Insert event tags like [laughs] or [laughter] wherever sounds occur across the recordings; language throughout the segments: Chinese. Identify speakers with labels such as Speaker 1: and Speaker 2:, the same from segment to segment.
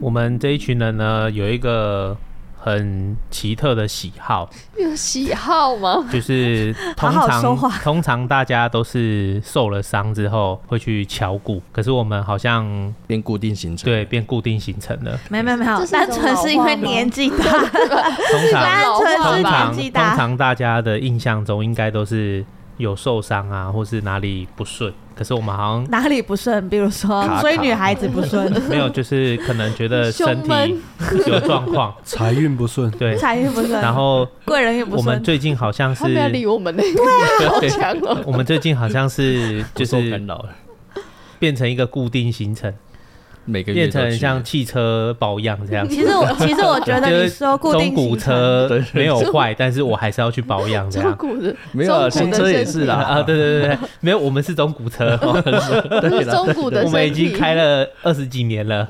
Speaker 1: 我们这一群人呢，有一个很奇特的喜
Speaker 2: [laughs]
Speaker 1: 好，
Speaker 3: 有喜好
Speaker 1: [laughs]
Speaker 3: 吗？
Speaker 1: 就是通
Speaker 2: 好好
Speaker 1: 常
Speaker 2: 说话
Speaker 1: 通常大家都是受了伤之后会去敲鼓，可是我们好像
Speaker 4: 变固定行程。
Speaker 1: 对，变固定行程了。
Speaker 2: 没有没有没有，
Speaker 3: 这是一
Speaker 2: 单
Speaker 3: 种
Speaker 2: 纯是因为年纪
Speaker 3: [laughs]
Speaker 2: 大，
Speaker 1: 通
Speaker 2: [laughs]
Speaker 1: 常
Speaker 2: 单纯是
Speaker 1: 通常
Speaker 2: 年纪
Speaker 1: 通
Speaker 2: 大。
Speaker 1: 常大家的印象中应该都是有受伤啊，或是哪里不顺，可是我们好
Speaker 2: [laughs]
Speaker 1: 像
Speaker 2: 哪里不顺？比如说
Speaker 4: 卡卡
Speaker 2: 追女孩子不顺，
Speaker 1: 没有，就是可能觉得
Speaker 3: 胸
Speaker 1: 身体
Speaker 3: 闷
Speaker 1: 有状况，
Speaker 5: 财运不顺，
Speaker 2: [laughs]
Speaker 1: 对。
Speaker 2: 财运不顺，
Speaker 1: 然后
Speaker 2: 贵人运不
Speaker 1: 我们
Speaker 2: 顺，
Speaker 1: 最近好像
Speaker 3: 他
Speaker 1: 是啊
Speaker 3: 没有理我们呢，对好 [laughs] 强哦。
Speaker 1: 我们最近好像
Speaker 4: [laughs]
Speaker 1: 是就
Speaker 4: 不受干
Speaker 1: 是
Speaker 4: 扰了，
Speaker 1: 变成一个固定行程，
Speaker 4: 每个月
Speaker 1: 变
Speaker 4: 都
Speaker 1: 成
Speaker 4: 去
Speaker 1: 像汽车保养这样子。
Speaker 2: 其
Speaker 1: [laughs]
Speaker 2: 实我其实我觉得
Speaker 1: 就
Speaker 2: 你
Speaker 1: 是
Speaker 2: 说固
Speaker 1: 中
Speaker 2: 定
Speaker 1: 古
Speaker 2: 行程，
Speaker 1: 车
Speaker 4: 对
Speaker 1: 没有坏，但是我还是要去保养这
Speaker 3: 中
Speaker 1: 样。
Speaker 3: 古的
Speaker 4: 没有啊
Speaker 3: 中古
Speaker 4: 行
Speaker 3: 的
Speaker 4: 车也
Speaker 3: 身
Speaker 4: 是
Speaker 3: 体
Speaker 4: 啦，
Speaker 1: 啊，对对对对，没有，我们是中古
Speaker 4: [laughs]
Speaker 1: 车，
Speaker 3: 是中古的
Speaker 1: 我们已
Speaker 3: 身体
Speaker 1: 经开了二十几年了。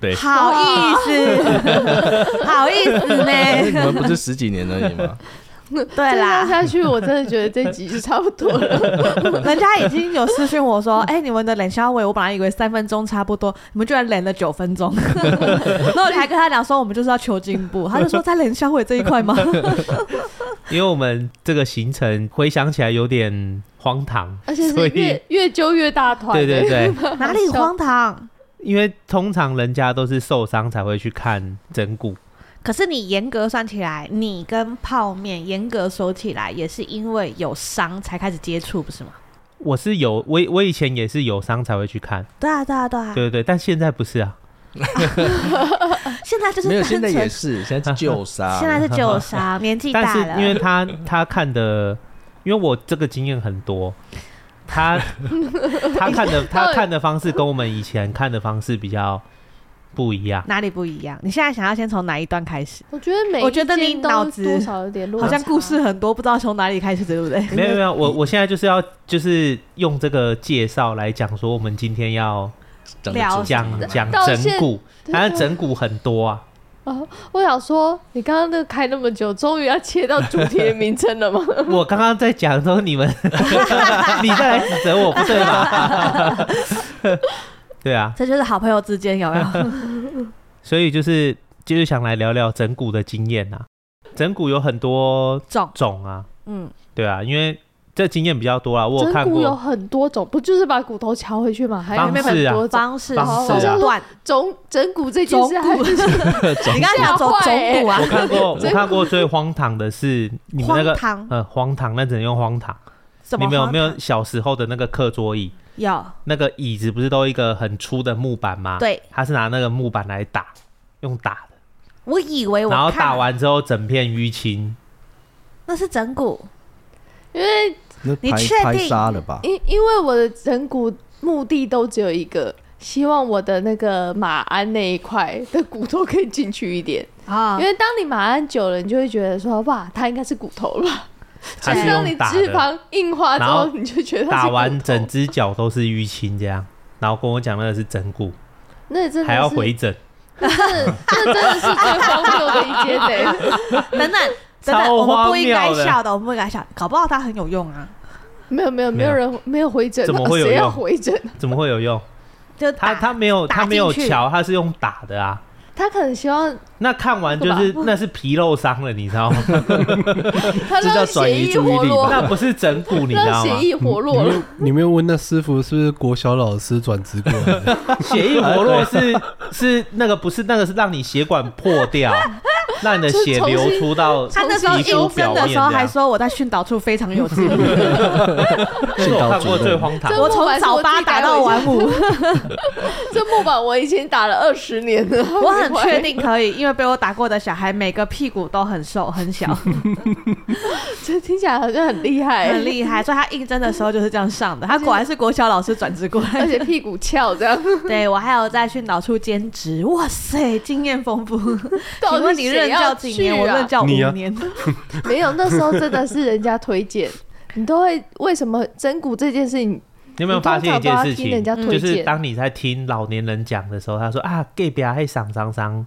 Speaker 4: 对，
Speaker 2: 好意思，好意思
Speaker 4: [laughs] 你
Speaker 1: [laughs]
Speaker 2: 呢？
Speaker 4: 们不是十几年而已吗？
Speaker 2: 对
Speaker 3: 这样
Speaker 2: 啦，
Speaker 3: 下去我真的觉得这集是差不多了。
Speaker 1: [laughs]
Speaker 2: 人家已经有私讯我说，哎，你们的冷笑话，我本来以为三分钟差不多，你们居然冷了九分
Speaker 1: [laughs]
Speaker 2: 钟。然后我还跟他讲说，我们就是要求进步，他就说在冷笑话这一块
Speaker 3: [laughs]
Speaker 2: 吗？
Speaker 1: 因为我们这个行程回想起来有点荒唐，
Speaker 3: 而且
Speaker 1: 所
Speaker 3: 是
Speaker 1: 以
Speaker 3: 越越揪越大团，
Speaker 1: 对对对，
Speaker 2: [laughs] 哪里荒唐？
Speaker 1: 因为通常人家都是受伤才会去看整骨，
Speaker 2: 可是你严格算起来，你跟泡面严格说起来，也是因为有伤才开始接触，不是吗？
Speaker 1: 我是有我我以前也是有伤才会去看，
Speaker 2: 对啊，对啊，对啊。
Speaker 1: 对对对，但现在不是啊，
Speaker 2: 现在就是
Speaker 4: 没有，
Speaker 2: 单纯
Speaker 4: 现在也是，啊现在是
Speaker 2: [laughs]
Speaker 4: 旧杀。
Speaker 2: 现在是旧 [laughs] 伤，年纪
Speaker 1: 但
Speaker 2: 大
Speaker 1: 是
Speaker 2: 了。
Speaker 1: 因为他他看的，因为我这个经验很多，
Speaker 2: [laughs]
Speaker 1: 他他看
Speaker 2: 哦
Speaker 1: 的他看的方式跟我们以前看的方式比较不一样。
Speaker 2: 哪里不一样？你现在想要先从哪一段开始？
Speaker 3: 我觉得每一
Speaker 2: 我觉得你
Speaker 3: 间都
Speaker 2: 脑子
Speaker 3: 多少有点落
Speaker 2: 好
Speaker 3: 差，
Speaker 2: 像故事很多，不知道从哪里开始，对不对？
Speaker 1: 没有没有，我我现在就是要就是用这个介绍来讲说，我们今天要
Speaker 4: 讲得
Speaker 2: 聊
Speaker 4: 出
Speaker 1: 讲
Speaker 4: 什么
Speaker 1: 讲
Speaker 3: 道
Speaker 1: 整
Speaker 3: 歉
Speaker 1: 骨，
Speaker 3: 对啊哦
Speaker 1: 反正整骨很多啊，
Speaker 3: 我想说，你刚刚那个开那么久，终于要切到主题的名称了吗？
Speaker 1: 我刚刚在讲说你们， [laughs] 你再来指责我不对吧？ [laughs] 对啊，
Speaker 2: [laughs] 这就是好朋友之间有没有？
Speaker 1: 所以就是就是想来聊聊整骨的经验啊。整骨有很多
Speaker 2: [laughs] 重，
Speaker 1: 种啊，
Speaker 2: 嗯，
Speaker 1: 对啊，因为这经验比较多啊， [laughs] 我有
Speaker 3: 整
Speaker 1: 看
Speaker 3: 骨有
Speaker 1: 过
Speaker 3: 很多种，不就是把骨头敲回去吗？还有
Speaker 1: 方
Speaker 3: 很
Speaker 1: 式啊
Speaker 3: 多种
Speaker 2: 方式、
Speaker 1: 方
Speaker 3: 式啊
Speaker 2: 手段，
Speaker 3: 整整骨这件事还 [laughs] 不是，
Speaker 2: 你刚才讲走
Speaker 3: 吓坏
Speaker 2: 走 [laughs] 骨啊
Speaker 1: 我，看过，
Speaker 3: 真
Speaker 1: 我看过最荒唐的是你们那
Speaker 2: 荒
Speaker 1: 个
Speaker 2: [laughs] 唐，
Speaker 1: 呃荒唐，那只能用荒唐。
Speaker 2: 怎么
Speaker 1: 你
Speaker 2: 荒
Speaker 1: 们有
Speaker 2: 唐？
Speaker 1: 没有小时候的那个课桌椅？
Speaker 2: 有，
Speaker 1: 那个椅子不是都一个很粗的木板吗？，
Speaker 2: 对
Speaker 1: 他是拿那个木板来打，用打的，
Speaker 2: 我以为我
Speaker 1: 然后打
Speaker 2: 看
Speaker 1: 完之后整片淤青。
Speaker 2: 那是整骨，
Speaker 3: 因为
Speaker 4: 那
Speaker 2: 你
Speaker 4: 拍
Speaker 2: 确
Speaker 4: 拍
Speaker 2: 定
Speaker 4: 杀了吧？
Speaker 3: 因因为我的整骨目的都只有一个，希望我的那个马鞍那一块的骨头可以进去一点，
Speaker 2: 啊
Speaker 3: 因为当你马鞍久了，你就会觉得说哇，它应该是骨头了 [laughs] 吧。就
Speaker 1: 它是
Speaker 3: 当
Speaker 1: 用
Speaker 3: 你
Speaker 1: 打
Speaker 3: 脂
Speaker 1: 的
Speaker 3: 肪硬化之
Speaker 1: 然后
Speaker 3: 后，你就觉得它是
Speaker 1: 打
Speaker 3: 骨
Speaker 1: 完
Speaker 3: 头
Speaker 1: 整，只脚都是淤青这样，然后跟我讲那个是整骨，
Speaker 3: 那真的
Speaker 1: 还要
Speaker 3: 是
Speaker 1: 回诊，
Speaker 3: [laughs] 那那真的是最荒谬的一欸间呢、
Speaker 1: [laughs]
Speaker 2: 等等。等等，
Speaker 1: 超
Speaker 2: 我们不应该
Speaker 1: 荒谬的
Speaker 2: 笑的，我们不应该笑，搞不好它很有用啊。
Speaker 3: 没有没有没有人没有回诊，
Speaker 1: 怎么会有
Speaker 3: 谁要
Speaker 1: 用
Speaker 3: 回诊？
Speaker 1: 怎么会有用？
Speaker 2: 就打
Speaker 1: 他他没有
Speaker 2: 打
Speaker 1: 他没有
Speaker 2: 进去
Speaker 1: 瞧，他是用打的啊，
Speaker 3: 他可能希望
Speaker 1: 那看完就是那是皮肉伤了，你知道吗？
Speaker 3: 他
Speaker 4: 这叫
Speaker 3: 让
Speaker 4: 转
Speaker 3: 血
Speaker 4: 移
Speaker 3: 液
Speaker 4: 注意
Speaker 3: 活
Speaker 4: 力
Speaker 3: 络，
Speaker 4: 吧
Speaker 1: 那不是整蛊，你知
Speaker 3: 让
Speaker 1: 道吗
Speaker 3: 血？液活络了。
Speaker 5: 你没有问那师傅是不是国小老师转职过来的？
Speaker 1: 血液活络是是那个不是那个是让你血管破掉，让你的血流出到
Speaker 3: 就是
Speaker 2: 他那时候
Speaker 1: 皮肤
Speaker 2: 应
Speaker 1: 表
Speaker 2: 征
Speaker 1: 面
Speaker 2: 的
Speaker 1: 这
Speaker 2: 时候
Speaker 1: 样
Speaker 2: 还说我在训导处非常有资
Speaker 1: [laughs]
Speaker 2: 历，
Speaker 1: 这是我看过最荒唐
Speaker 3: 这。
Speaker 2: 我从早八打到晚五，
Speaker 3: [laughs] 这木板我已经打了二十年了，
Speaker 2: [laughs] 我很确定可以，因为被我打过的小孩每个屁股都很瘦很
Speaker 3: [laughs]
Speaker 2: 小，
Speaker 3: 这听起来好像很厉害，
Speaker 2: 很厉害，所以他应征的时候就是这样上的。他果然是国小老师转职过来的，
Speaker 3: 而且屁股翘这样。
Speaker 2: [laughs] 对我还有在训导处兼职，哇塞，经验丰
Speaker 3: [laughs]
Speaker 2: 富。
Speaker 3: 到
Speaker 2: 请
Speaker 3: 底
Speaker 2: 问你任
Speaker 3: 谁
Speaker 2: 教
Speaker 3: 要
Speaker 2: 几
Speaker 3: 去
Speaker 2: 年？我任
Speaker 3: 啊？
Speaker 2: 教五
Speaker 5: 你啊
Speaker 2: 年。
Speaker 3: [laughs] 没有，那时候真的是人家推荐，你都会为什么整蛊这件事情？
Speaker 1: 你有没有发现一件事
Speaker 3: 你
Speaker 1: 情
Speaker 3: 通常都要听人家？推
Speaker 1: 就
Speaker 3: 荐
Speaker 1: 是当你在听老年人讲的时候，他说啊，隔壁还上上上，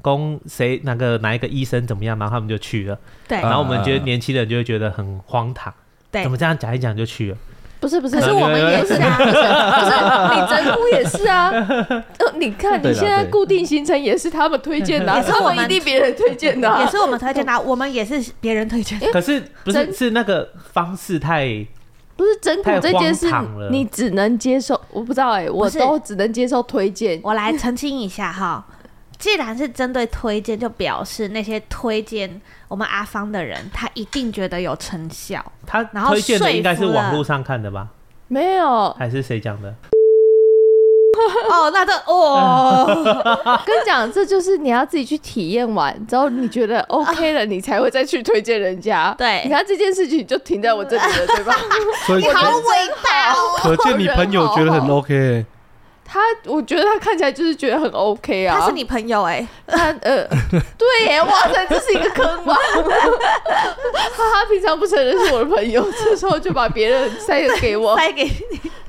Speaker 1: 公谁哪个哪一个医生怎么样，然后他们就去了，
Speaker 2: 对
Speaker 1: 然后我们觉得
Speaker 5: 嗯
Speaker 4: 啊
Speaker 1: 年轻人就会觉得很荒唐，
Speaker 2: 对
Speaker 1: 怎么这样讲一讲就去了？
Speaker 3: 不是不是，
Speaker 1: 可是我们也
Speaker 3: 是啊，不是你整蛊也是 [laughs] 啊。呃，你看
Speaker 4: 对
Speaker 3: 你
Speaker 4: 啦
Speaker 3: 现在
Speaker 4: 对
Speaker 3: 固定行程也是他们推荐的啊，
Speaker 2: 也是我们
Speaker 3: 他一定别人推荐的啊，
Speaker 2: 也是我们推荐的啊，我们也是别人推荐的。
Speaker 1: 可是不是
Speaker 3: 真
Speaker 1: 是那个方式太
Speaker 3: 不是整蛊这件事
Speaker 1: 太荒唐了，
Speaker 3: 你只能接受，我不知道哎、我
Speaker 2: 是
Speaker 3: 都只能接受推荐。
Speaker 2: 我来澄清一下哈，既然是针对推荐，就表示那些推荐我们阿芳的人，他一定觉得有成
Speaker 3: [laughs]
Speaker 2: 效。
Speaker 1: 他
Speaker 2: 然后
Speaker 1: 推荐的应该是
Speaker 2: 说服了
Speaker 1: 网络上看的吧？
Speaker 3: 没有，
Speaker 1: 还是谁讲的？
Speaker 2: 哦，那这
Speaker 3: [laughs]
Speaker 2: 哦，
Speaker 3: 跟你讲，这就是你要自己去体验完之后，你觉
Speaker 2: [laughs]
Speaker 3: 得 OK 了，你才会再去推荐人家。
Speaker 2: 啊对
Speaker 3: 你看这件事情就停在我这里了，
Speaker 2: [laughs]
Speaker 3: 对吧？
Speaker 5: [laughs] 所以
Speaker 2: 你好伟大哦！
Speaker 3: [laughs]
Speaker 5: 可见你朋友觉得很 OK，欸
Speaker 3: 他，我觉得他看起来就是觉得很 OK 啊。
Speaker 2: 他是你朋友哎，
Speaker 3: 他
Speaker 2: [laughs]
Speaker 3: 呃，对耶，哇塞，这是一个坑吧？他平常不承认是我的朋友，这时候就把别人塞给我，
Speaker 2: 塞给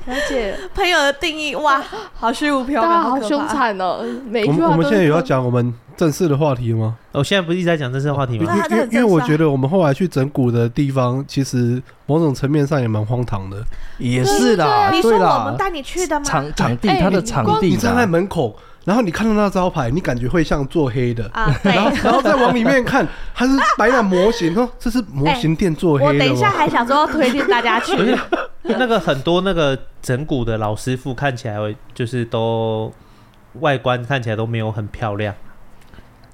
Speaker 3: 而且
Speaker 2: 朋友的定义哇，好虚无缥缈，
Speaker 3: 大家啊好
Speaker 2: 可怕
Speaker 3: 凶。残哦，每一
Speaker 5: 我
Speaker 3: 句
Speaker 5: 们我
Speaker 3: 话都
Speaker 5: 们
Speaker 3: 是
Speaker 5: 现在有要
Speaker 3: 坑
Speaker 5: 讲我们正式的话题
Speaker 2: [laughs]
Speaker 5: 吗？
Speaker 1: 哦我现在不是一直在讲这些话题
Speaker 5: 因为
Speaker 1: 吗？
Speaker 2: 啊
Speaker 5: 因为
Speaker 2: 这很
Speaker 5: 因为
Speaker 2: 正
Speaker 5: 我
Speaker 2: 式啊
Speaker 5: 觉得我们后来去整蛊的地方，其实某种层面上也蛮荒唐的。
Speaker 4: 也是啦，
Speaker 2: 啊你说
Speaker 4: 对
Speaker 2: 我
Speaker 4: 啦
Speaker 2: 们，带你去的吗？
Speaker 4: 场场地
Speaker 3: 哎
Speaker 4: 它的场
Speaker 5: 你
Speaker 4: 地
Speaker 5: 站在
Speaker 4: 啦，
Speaker 5: 门口，然后你看到那招牌，你感觉会像做黑的，
Speaker 2: 啊，
Speaker 5: [laughs]
Speaker 2: 对。
Speaker 5: 然后然后再往里面看，它是白的模型，哦，这是模型店做
Speaker 2: 哎我
Speaker 5: 黑
Speaker 2: 等
Speaker 5: 的
Speaker 2: 一下
Speaker 5: 吗？
Speaker 2: 还想说要推荐大家去，
Speaker 1: 那个很多那个整蛊的老师傅看起来就是都外观看起来都没有很
Speaker 2: [laughs]
Speaker 1: 漂亮，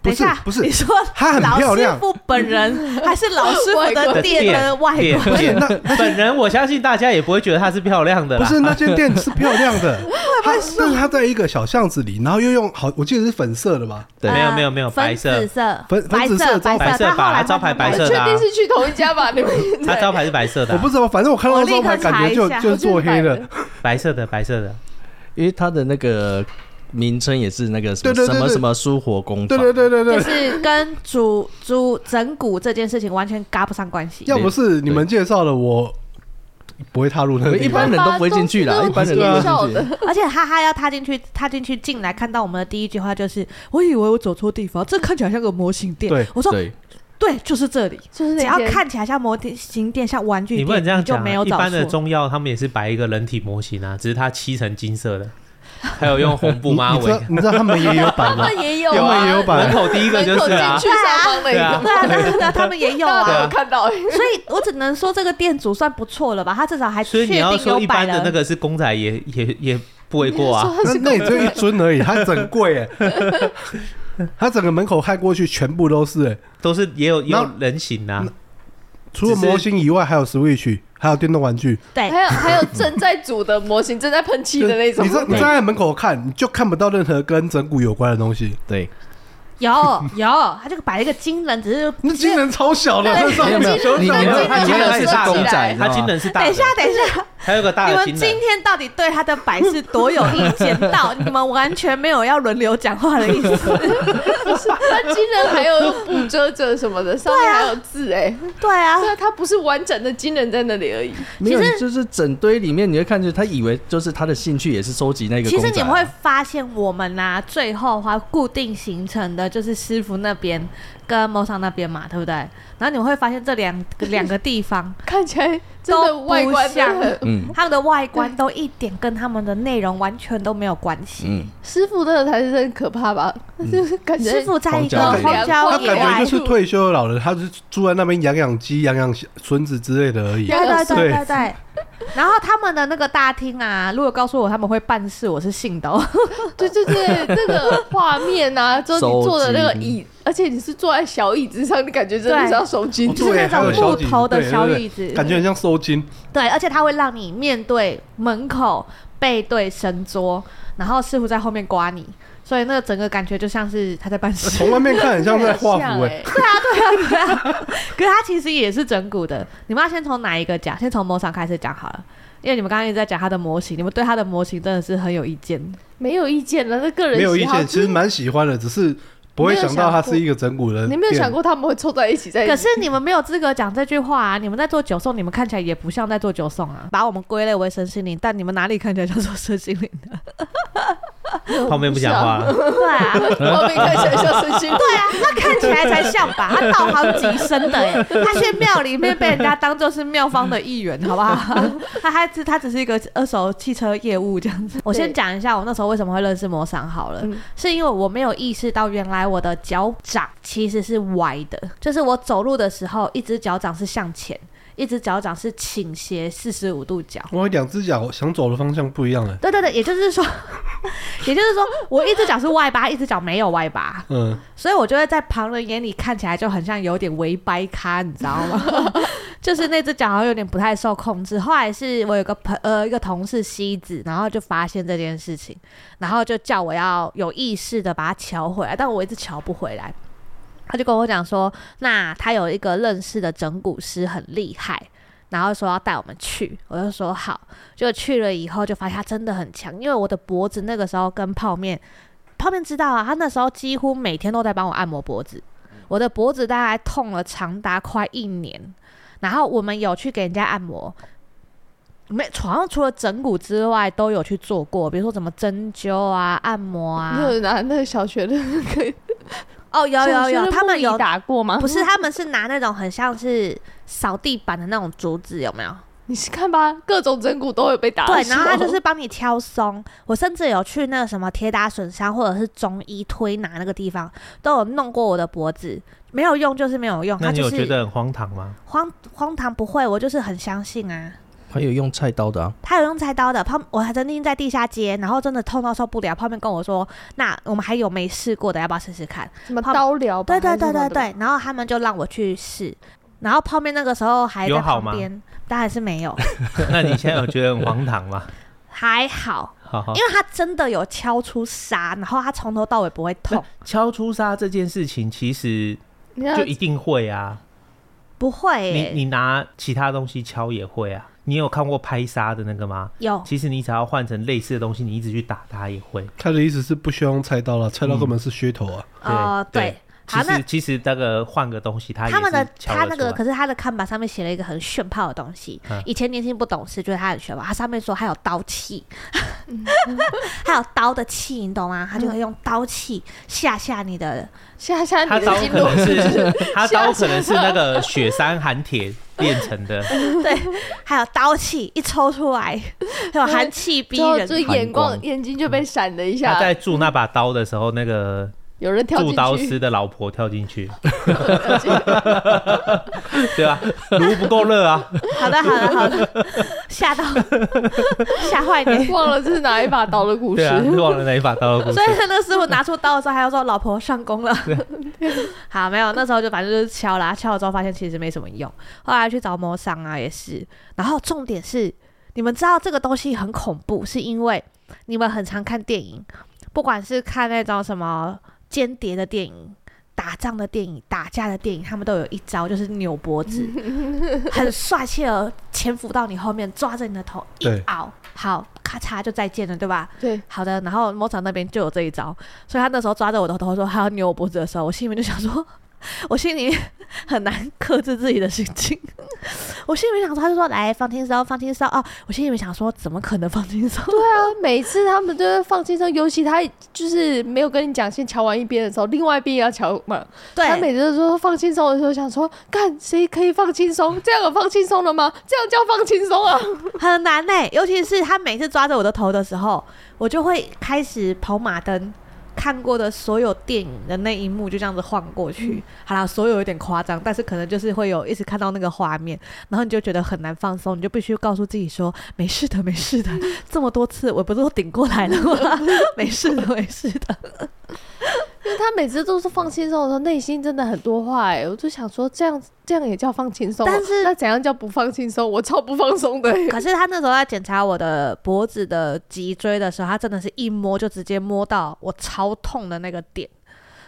Speaker 5: 不
Speaker 2: 等一
Speaker 5: 是
Speaker 2: 下
Speaker 5: 不是
Speaker 2: 你说
Speaker 5: 她很漂
Speaker 2: 老师
Speaker 5: 亮。
Speaker 2: 傅本人还是老师傅
Speaker 3: 外
Speaker 2: 的
Speaker 3: 观
Speaker 2: 店的外
Speaker 1: 店
Speaker 2: 观，
Speaker 5: 是
Speaker 1: 店
Speaker 5: 那
Speaker 1: 本人我相信大家也不会觉得她是漂亮的
Speaker 5: 不
Speaker 1: 啦。
Speaker 5: 是那间店是漂亮的，它但是它在一个小巷子里，然后又用好，我记得是粉色的吧？
Speaker 4: 对
Speaker 1: 没有没有没有
Speaker 2: 粉
Speaker 1: 白
Speaker 2: 紫
Speaker 1: 色，
Speaker 2: 色、
Speaker 5: 粉
Speaker 2: 白
Speaker 5: 粉紫色
Speaker 2: 色、
Speaker 5: 的招牌
Speaker 1: 白
Speaker 2: 白
Speaker 1: 色
Speaker 2: 他后
Speaker 1: 吧，
Speaker 2: 来
Speaker 1: 招牌白
Speaker 3: 你
Speaker 1: 色
Speaker 3: 确
Speaker 1: 的、啊
Speaker 3: 定，是去同一家吧？你们
Speaker 1: 它招牌是白色的
Speaker 5: 我
Speaker 1: 啊、
Speaker 5: 不知道，反正我看到招牌感觉
Speaker 2: 我
Speaker 5: 就
Speaker 2: 立刻查一下
Speaker 5: 就是做黑的。
Speaker 1: 白色的白色的。
Speaker 4: 因为它的那个名称也是那个什
Speaker 5: 对
Speaker 4: 么
Speaker 5: 对对
Speaker 4: 什么
Speaker 5: 对
Speaker 4: 什么苏活工
Speaker 5: 对
Speaker 4: 坊，
Speaker 5: 对对对对，
Speaker 2: 就是跟主主整蛊这件事情完全嘎不上关系。
Speaker 5: 要不是你们介绍了，我不会踏入那个地
Speaker 4: 一般
Speaker 5: 方。
Speaker 4: 人都不会进去啦，一般人都不会进
Speaker 3: [laughs]
Speaker 4: 去。
Speaker 2: 而且哈哈要踏进去，踏进去进来看到我们的第一句话就是：“我以为我走错地方，这看起来像个模型店。”
Speaker 5: 对
Speaker 2: 我说
Speaker 4: 对，：“
Speaker 2: 对，就是这里。
Speaker 3: 就是
Speaker 2: 只
Speaker 3: 那
Speaker 2: 要
Speaker 3: 天
Speaker 2: 看起来像模型店，像玩具
Speaker 1: 你
Speaker 2: 店，
Speaker 1: 不能这样
Speaker 2: 就
Speaker 1: 讲、
Speaker 2: 没
Speaker 1: 啊，
Speaker 2: 有
Speaker 1: 一
Speaker 2: 找
Speaker 1: 般的
Speaker 2: 错。
Speaker 1: 中药他们也是白一个人体模型啊，只是它漆成金色的，还有用红布
Speaker 5: 你
Speaker 1: 马
Speaker 5: 你知道
Speaker 1: 尾。
Speaker 5: 你知道他们也有
Speaker 3: 他
Speaker 5: 版
Speaker 3: [laughs]
Speaker 5: 吗？
Speaker 3: 们也有
Speaker 5: 他
Speaker 3: 啊，
Speaker 5: 们也有
Speaker 1: 门
Speaker 5: 版，
Speaker 1: 口第一个
Speaker 3: 门
Speaker 1: 就
Speaker 3: 口
Speaker 1: 是
Speaker 3: 进
Speaker 1: 啊，
Speaker 3: 去上方那
Speaker 1: 对啊
Speaker 2: [laughs]
Speaker 3: 个，
Speaker 2: 对啊，对啊对啊，他们也有
Speaker 3: 大家
Speaker 2: 啊
Speaker 3: 有。看到欸
Speaker 2: 所以我只能说这个店主算不错了吧，他至少还
Speaker 1: 所
Speaker 2: 确
Speaker 1: 以你要
Speaker 2: 定
Speaker 1: 说
Speaker 2: 有
Speaker 1: 一
Speaker 2: 摆
Speaker 1: 般的那
Speaker 2: 了。
Speaker 1: 个是公仔也也也不为过啊。
Speaker 5: 那那也就一尊而已，它整柜哎，它整个门口看过去全部都是哎，
Speaker 1: 都是也有也有
Speaker 5: 那
Speaker 1: 人形啊，
Speaker 5: 除了模型以外，还有 Switch，还有电动玩具。
Speaker 2: 对，
Speaker 3: 还有还有正在煮的模型，正在喷漆的那种
Speaker 5: 你。站你站在门口看，你就看不到任何跟整蛊有关的东西。
Speaker 4: 对，
Speaker 2: 有有，他这个摆了一个金人，只是
Speaker 5: 那金人超小的，
Speaker 3: 对
Speaker 5: 那上
Speaker 4: 没有
Speaker 5: 面
Speaker 4: 没有，你
Speaker 5: 小
Speaker 4: 你
Speaker 5: 小
Speaker 4: 没
Speaker 5: 的
Speaker 2: 哎
Speaker 4: 有，他金人是公仔，
Speaker 1: 它金人是大
Speaker 2: 啊等一，
Speaker 1: 的
Speaker 2: 下，等一下，
Speaker 1: 还有个大
Speaker 2: 你
Speaker 1: 的
Speaker 2: 们
Speaker 1: 金
Speaker 2: 今
Speaker 1: 人。
Speaker 2: 天到底对他的摆饰多有意见到？你们完全没有要轮流讲话的意思。
Speaker 3: 它金人还有布遮着什么的，上面还有字哎。
Speaker 2: 对啊，
Speaker 3: 对啊，它不是完整的金人在那里而已。
Speaker 4: 没有，就是整堆里面你会看见，他以为就是他的兴趣也是收集那个
Speaker 2: 其
Speaker 4: 公仔
Speaker 2: 实
Speaker 4: 啊。
Speaker 2: 你们会发现，我们呐、最后还固定行程的就是师傅那边跟猫上那边嘛，对不对？然后你会发现这两两个地方，
Speaker 3: 看起来真的外观真的很
Speaker 4: 嗯
Speaker 2: 它们的外观都一点跟他们的内容完全都没有关系。
Speaker 4: 嗯，
Speaker 3: 师傅那个才是真可怕吧？就是感觉
Speaker 2: 师傅在一个
Speaker 4: 荒郊
Speaker 2: 荒郊
Speaker 5: 他
Speaker 2: 野
Speaker 5: 感
Speaker 2: 外
Speaker 5: 觉，就是退休的老人，他是住在那边养养鸡、养养孙子之类的而已。
Speaker 2: 对对对
Speaker 5: 对
Speaker 2: 对对。然后他们的那个大厅啊，如果告诉我他们会办事，我是信的、哦。
Speaker 3: 对
Speaker 2: [laughs]
Speaker 3: 对对，这个画面啊，之后你坐的那个椅，而且你是坐在小椅子上，你感觉真的是要收金
Speaker 5: 哦
Speaker 2: 就是
Speaker 5: 对，
Speaker 2: 那
Speaker 5: 还有
Speaker 2: 种
Speaker 5: 小
Speaker 2: 木
Speaker 5: 椅子
Speaker 2: 头的
Speaker 5: 对
Speaker 2: 小
Speaker 5: 对对
Speaker 2: 椅子，
Speaker 5: 感觉很像收金。
Speaker 2: 对，而且它会让你面对门口，背对神桌，然后师傅在后面刮你，所以那个整个感觉就像是他在办事。 [laughs]
Speaker 5: 从外面看
Speaker 3: [laughs]
Speaker 5: 很像在画符
Speaker 3: 很像
Speaker 5: 哎、
Speaker 3: 欸
Speaker 2: 可是它其实也是整蛊的。你们要先从哪一个讲？先从魔场开始讲好了，因为你们刚刚一直在讲它的模型，你们对它的模型真的是很有意见。
Speaker 3: 没有意见了，那个
Speaker 2: 欸
Speaker 3: 人
Speaker 5: 没有意
Speaker 3: 喜好
Speaker 5: 见，其实蛮喜欢的，只是不会想到他是一个整蛊人。
Speaker 3: 嗯你没有想？过他们会凑在一起在？
Speaker 2: 可是你们没有资格讲这句话啊！你们在做九送，你们看起来也不像在做九送啊，把我们归类为身心灵，但你们哪里看起来像做身心灵 [laughs] 的？
Speaker 1: 后面不讲话了，
Speaker 2: 对啊，
Speaker 5: [laughs]
Speaker 3: 后面看起来像神
Speaker 2: [laughs]
Speaker 3: 经病。
Speaker 2: 对啊，他看起来才像吧？他道行极深的 [laughs] 耶，他去庙里面被人家当做是庙方的一员，好不好？ [laughs] 他还只他只是一个二手汽车业务这样子。我先讲一下我那时候为什么会认识魔商好了，
Speaker 3: 嗯
Speaker 2: 是因为我没有意识到原来我的脚掌其实是歪的，就是我走路的时候，一只脚掌是向前，一只脚掌是倾斜四十五度角。
Speaker 5: 我两只脚想走的方向不一样了。欸
Speaker 2: 对对对，也就是说， [laughs] 也就是说，我一只脚是外八，一只脚没有外八。
Speaker 5: 嗯，
Speaker 2: 所以我就会在旁人眼里看起来就很像有点微掰咖，你知道吗？就是那只脚好像有点不太受控制。后来是我有个朋呃一个同事西子，然后就发现这件事情，然后就叫我要有意识的把它瞧回来，但我一直瞧不回来。他就跟我讲说，那他有一个认识的整蛊师很厉害，然后说要带我们去，我就说好。就去了以后就发现他真的很强，因为我的脖子那个时候跟泡面， [laughs] 泡面知道啊，他那时候几乎每天都在帮我按摩脖子，我的脖子大概痛了长达快一年，然后我们有去给人家按摩。没，好像除了整骨之外都有去做过，比如说什么针灸啊、按摩啊
Speaker 3: 你。有拿那个小学的那个
Speaker 2: 哦，有有
Speaker 3: 小学
Speaker 2: 有，
Speaker 3: 的
Speaker 2: 他们
Speaker 3: 木椅
Speaker 2: 有
Speaker 3: 打过
Speaker 1: 哦
Speaker 3: 吗？
Speaker 2: 不是，他们是拿那种很像是扫地板的那种竹子，有没有？
Speaker 1: 哦
Speaker 3: 你是看吧，各种整蛊都会被打。
Speaker 2: 对，然后他就是帮你敲松。我甚至有去那个什么铁打损伤，或者是中医推拿那个地方，都有弄过我的脖子，没有用就是没有用。啊
Speaker 1: 那
Speaker 2: 他
Speaker 1: 你
Speaker 2: 就
Speaker 1: 有觉
Speaker 2: 是
Speaker 1: 得很荒唐
Speaker 2: [laughs]
Speaker 1: 吗？
Speaker 2: 荒荒唐不会，我就是很相信啊。
Speaker 4: 还有用菜刀的啊，
Speaker 2: 他有用菜刀的，泡我还曾经在地下街，然后真的痛到受不了，泡面跟我说：“那我们还有没试过的，要不要试试看？”
Speaker 3: 什么刀疗
Speaker 1: 哦
Speaker 3: 吧？
Speaker 2: 对对对
Speaker 3: 还
Speaker 2: 对
Speaker 3: 是什么的，
Speaker 2: 对，然后他们就让我去试，然后泡面那个时候还
Speaker 1: 有
Speaker 2: 在
Speaker 1: 好
Speaker 2: 旁
Speaker 1: 吗
Speaker 2: 边，但还是没有，
Speaker 1: 那你现在有觉得很荒唐吗？
Speaker 2: 还好，
Speaker 1: 好好
Speaker 2: 因，为他真的有敲出痧，然后他从头到尾不会痛，
Speaker 1: 敲出痧这件事情其实
Speaker 3: 你要
Speaker 1: 就一定会啊，
Speaker 2: 不会
Speaker 1: 你
Speaker 2: 耶、
Speaker 1: 你拿其他东西敲也会啊。你有看过拍痧的那个吗？
Speaker 2: 有
Speaker 1: 其实你只要换成类似的东西，你一直去打它也会。
Speaker 5: 他的意思是不需要用菜刀了，菜刀根本是噱头啊。
Speaker 2: 哦，
Speaker 1: 对
Speaker 2: 对，
Speaker 1: 其
Speaker 2: 好那
Speaker 1: 实其实那个换个东西，它也
Speaker 2: 他们的
Speaker 1: 是敲
Speaker 2: 他
Speaker 1: 得
Speaker 2: 那
Speaker 1: 出
Speaker 2: 个，
Speaker 1: 来
Speaker 2: 可是他的看板上面写了一个很炫炮的东西。
Speaker 1: 嗯
Speaker 2: 以前年轻不懂事，觉得他很炫炮。他上面说还有刀气，还有刀的气，你懂吗？他就会用刀气吓吓你的。
Speaker 3: 下下
Speaker 1: 它
Speaker 3: 你
Speaker 1: 刀
Speaker 3: 的经
Speaker 1: 可
Speaker 3: 络
Speaker 1: 能
Speaker 3: [laughs]
Speaker 1: 是 [laughs] 它刀可能是那个雪山寒铁炼成
Speaker 2: [laughs]
Speaker 1: 的，
Speaker 2: 还有刀气一抽出来，有寒气逼
Speaker 3: 之后
Speaker 2: 人。
Speaker 3: 就眼
Speaker 1: 寒
Speaker 3: 光
Speaker 1: 光
Speaker 3: 眼睛就被闪了一
Speaker 1: 他
Speaker 3: 下
Speaker 1: 在，铸那把刀的时候，那个
Speaker 3: 有人跳
Speaker 1: 铸
Speaker 3: 进
Speaker 1: 刀
Speaker 3: 去，
Speaker 1: 师的老婆跳进去， [laughs] 对吧？炉不够热啊，
Speaker 2: 好的，好的，好的，吓到吓坏你。
Speaker 3: 忘了这是哪一把刀的故事 [laughs]
Speaker 1: 对。啊，忘了哪一把刀 [laughs] 的故事
Speaker 2: 所以。那个师傅拿出刀的时候，还要说：“老婆上工了。” [laughs] 好，没有，那时候就反正就是敲啦，敲了之后发现其实没什么用。后来去找魔商啊，也是。然后重点是，你们知道这个东西很恐怖，是因为你们很常看电影，不管是看那种什么间谍的电影。打仗的电影、打架的电影，他们都有一招，就是扭脖子，很帅气的潜伏到你后面，抓着你的头一
Speaker 5: 对
Speaker 2: 咬，好，咔嚓就再见了，对吧？
Speaker 3: 对，
Speaker 2: 好的，然后某厂那边就有这一招，所以他那时候抓着我的头说他要扭我脖子 [laughs] 的时候，我心里面就想说，我心里很难克制自己的心情， [laughs] 我心里面想说，他就说来放轻松，放轻松哦。我心里面想说，怎么可能放轻松？
Speaker 3: 对啊，每次他们都在放轻松，尤其他就是没有跟你讲，先瞧完一边的时候，另外一边也要瞧嘛。
Speaker 2: [laughs]
Speaker 3: 他每次都说放轻松的时候，想说干谁可以放轻松？这样有放轻松了吗？这样叫放轻松 [laughs] 啊？
Speaker 2: 很难呢、尤其是他每次抓着我的头的时候，我就会开始跑马灯。看过的所有电影的那一幕就这样子晃过去，好啦，所有有点夸张，但是可能就是会有一直看到那个画面，然后你就觉得很难放松，你就必须告诉自己说没事的，没事的，这么多次我不是都顶过来了吗？没事的，没事的。
Speaker 3: 因为他每次都是放轻松的时候，内心真的很多话哎、我就想说这样这样也叫放轻松哦，
Speaker 2: 但是
Speaker 3: 那怎样叫不放轻松？我超不放松 [laughs] 的、欸。
Speaker 2: 可是他那时候在检查我的脖子的脊椎的时候，他真的是一摸就直接摸到我超痛的那个点。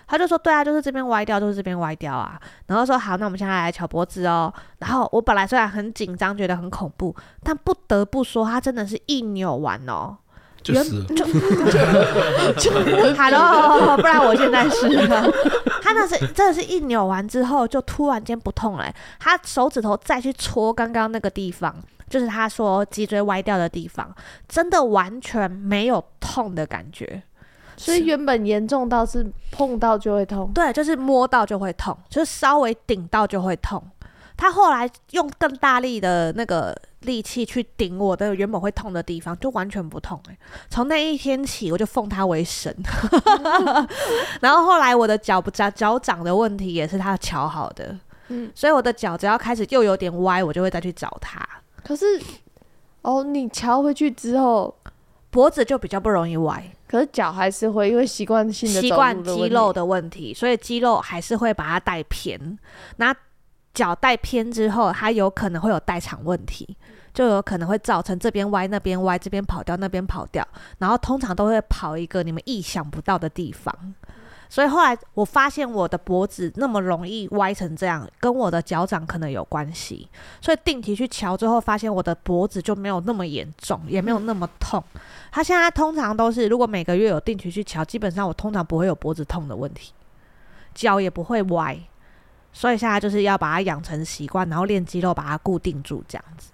Speaker 2: 他就说：“对啊，就是这边歪掉，就是这边歪掉啊。”然后说：“好，那我们现在来瞧脖子哦。”然后我本来虽然很紧张，觉得很恐怖，但不得不说，他真的是一扭完哦，
Speaker 5: 就
Speaker 2: 原
Speaker 5: 是
Speaker 2: 就就，Hello，不然哦我现在
Speaker 3: [laughs]
Speaker 2: 是。啊他那是真的是一扭完之后，就突然间不痛了、欸他手指头再去戳刚刚那个地方，就是他说脊椎歪掉的地方，真的完全没有痛的感觉。
Speaker 3: 所以原本严重到是碰到就会痛，
Speaker 2: 对，就是摸到就会痛，就是稍微顶到就会痛。他后来用更大力的那个力气去顶我的原本会痛的地方，就完全不痛、欸。从那一天起，我就奉他为神。然后后来我的脚不脚脚掌的问题也是他瞧好的，
Speaker 3: 嗯
Speaker 2: 所以我的脚只要开始又有点歪，我就会再去找他。
Speaker 3: 可是哦，你瞧回去之后，
Speaker 2: 脖子就比较不容易歪，
Speaker 3: 可是脚还是会因为习惯性的
Speaker 2: 习惯肌肉的问题，所以肌肉还是会把它带偏。那脚带偏之后，它有可能会有代偿问题，就有可能会造成这边歪那边歪，这边跑掉那边跑掉，然后通常都会跑一个你们意想不到的地方。所以后来我发现我的脖子那么容易歪成这样，跟我的脚掌可能有关系。所以定期去瞧之后，发现我的脖子就没有那么严重，也没有那么痛。他现在通常都是，如果每个月有定期去瞧，基本上我通常不会有脖子痛的问题，脚也不会歪，所以现在就是要把它养成习惯，然后练肌肉把它固定住，这样子。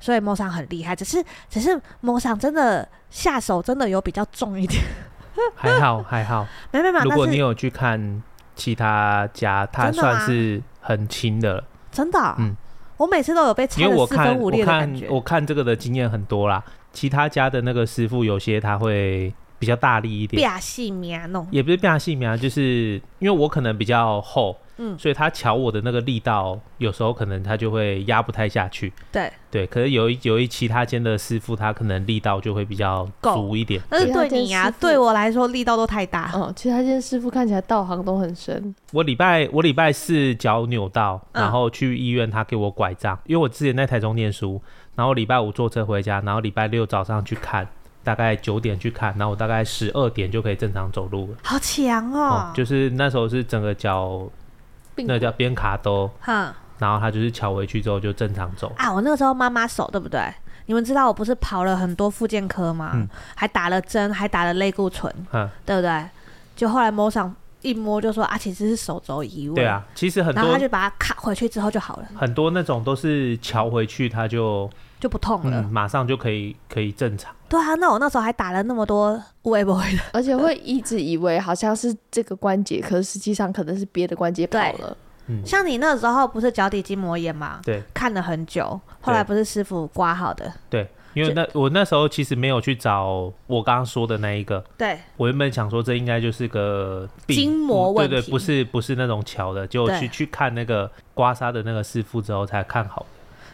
Speaker 2: 所以摸上很厉害，只是只是摸上真的下手真的有比较重一点， [laughs]
Speaker 1: 还好还好。
Speaker 2: 没没没，
Speaker 1: 如果
Speaker 2: 那
Speaker 1: 你
Speaker 2: 是
Speaker 1: 有去看其他家，它
Speaker 2: 真的吗
Speaker 1: 算是很轻的了，
Speaker 2: 真的哦、
Speaker 1: 嗯
Speaker 2: 我每次都有被拆
Speaker 1: 因为
Speaker 2: 的
Speaker 1: 我
Speaker 2: 四
Speaker 1: 看
Speaker 2: 分五
Speaker 1: 我
Speaker 2: 裂的感
Speaker 1: 看
Speaker 2: 觉，
Speaker 1: 我看这个的经验很多啦。其他家的那个师傅有些他会比较大力一点，
Speaker 2: 变细棉弄，
Speaker 1: 也不是变细苗，就是因为我可能比较厚，
Speaker 2: 嗯
Speaker 1: 所以他瞧我的那个力道，有时候可能他就会压不太下去。
Speaker 2: 对，
Speaker 1: 对，可是有一有一其他间的师傅，他可能力道就会比较
Speaker 2: 够
Speaker 1: 足一点。
Speaker 2: 但是
Speaker 3: 其他
Speaker 2: 对
Speaker 3: 间
Speaker 2: 你呀、
Speaker 3: 师傅
Speaker 2: 对我来说力道都太大，
Speaker 3: 嗯，其实他今天师傅看起来道行都很深，
Speaker 1: 我礼拜我礼拜四脚扭到，
Speaker 2: 嗯
Speaker 1: 然后去医院，他给我拐杖，因为我之前在台中念书，然后礼拜五坐车回家，然后礼拜六早上去看，大概九点去看，然后我大概十二点就可以正常走路了。
Speaker 2: 好强哦
Speaker 1: 哦，，就是那时候是整个脚
Speaker 3: 并
Speaker 1: 那叫边卡兜，
Speaker 2: 哼。
Speaker 1: 然后他就是翘回去之后就正常走。
Speaker 2: 啊，我那个时候妈妈手对不对？你们知道我不是跑了很多复健科吗？
Speaker 1: 嗯
Speaker 2: 还打了针，还打了类固醇，
Speaker 1: 嗯，
Speaker 2: 对不对？就后来摸上一摸就说啊，其实是手肘移位。
Speaker 1: 对啊，其实很
Speaker 2: 然后他
Speaker 1: 多
Speaker 2: 就把它卡回去之后就好了，
Speaker 1: 很多那种都是翘回去，他就
Speaker 2: 就不痛了。
Speaker 1: 嗯马上就可以可以正常。
Speaker 2: 对啊，那我那时候还打了那么多微博的， [laughs]
Speaker 3: 而且会一直以为好像是这个关节，可是实际上可能是别的关节跑了。
Speaker 1: 嗯
Speaker 2: 像你那时候不是脚底筋膜炎嘛，
Speaker 1: 对
Speaker 2: 看了很久，后来
Speaker 1: 对
Speaker 2: 不是师傅刮好的，
Speaker 1: 对，因为那我那时候其实没有去找我刚刚说的那一个，
Speaker 2: 对，
Speaker 1: 我原本想说这应该就是个病
Speaker 2: 筋膜
Speaker 1: 嗯
Speaker 2: 问
Speaker 1: 对
Speaker 2: 题
Speaker 1: 对，不是不是那种巧的，就
Speaker 2: 对
Speaker 1: 去去看那个刮痧的那个师傅之后才看好。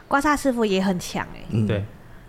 Speaker 2: 刮痧师傅也很强哎、
Speaker 4: 嗯
Speaker 1: 对，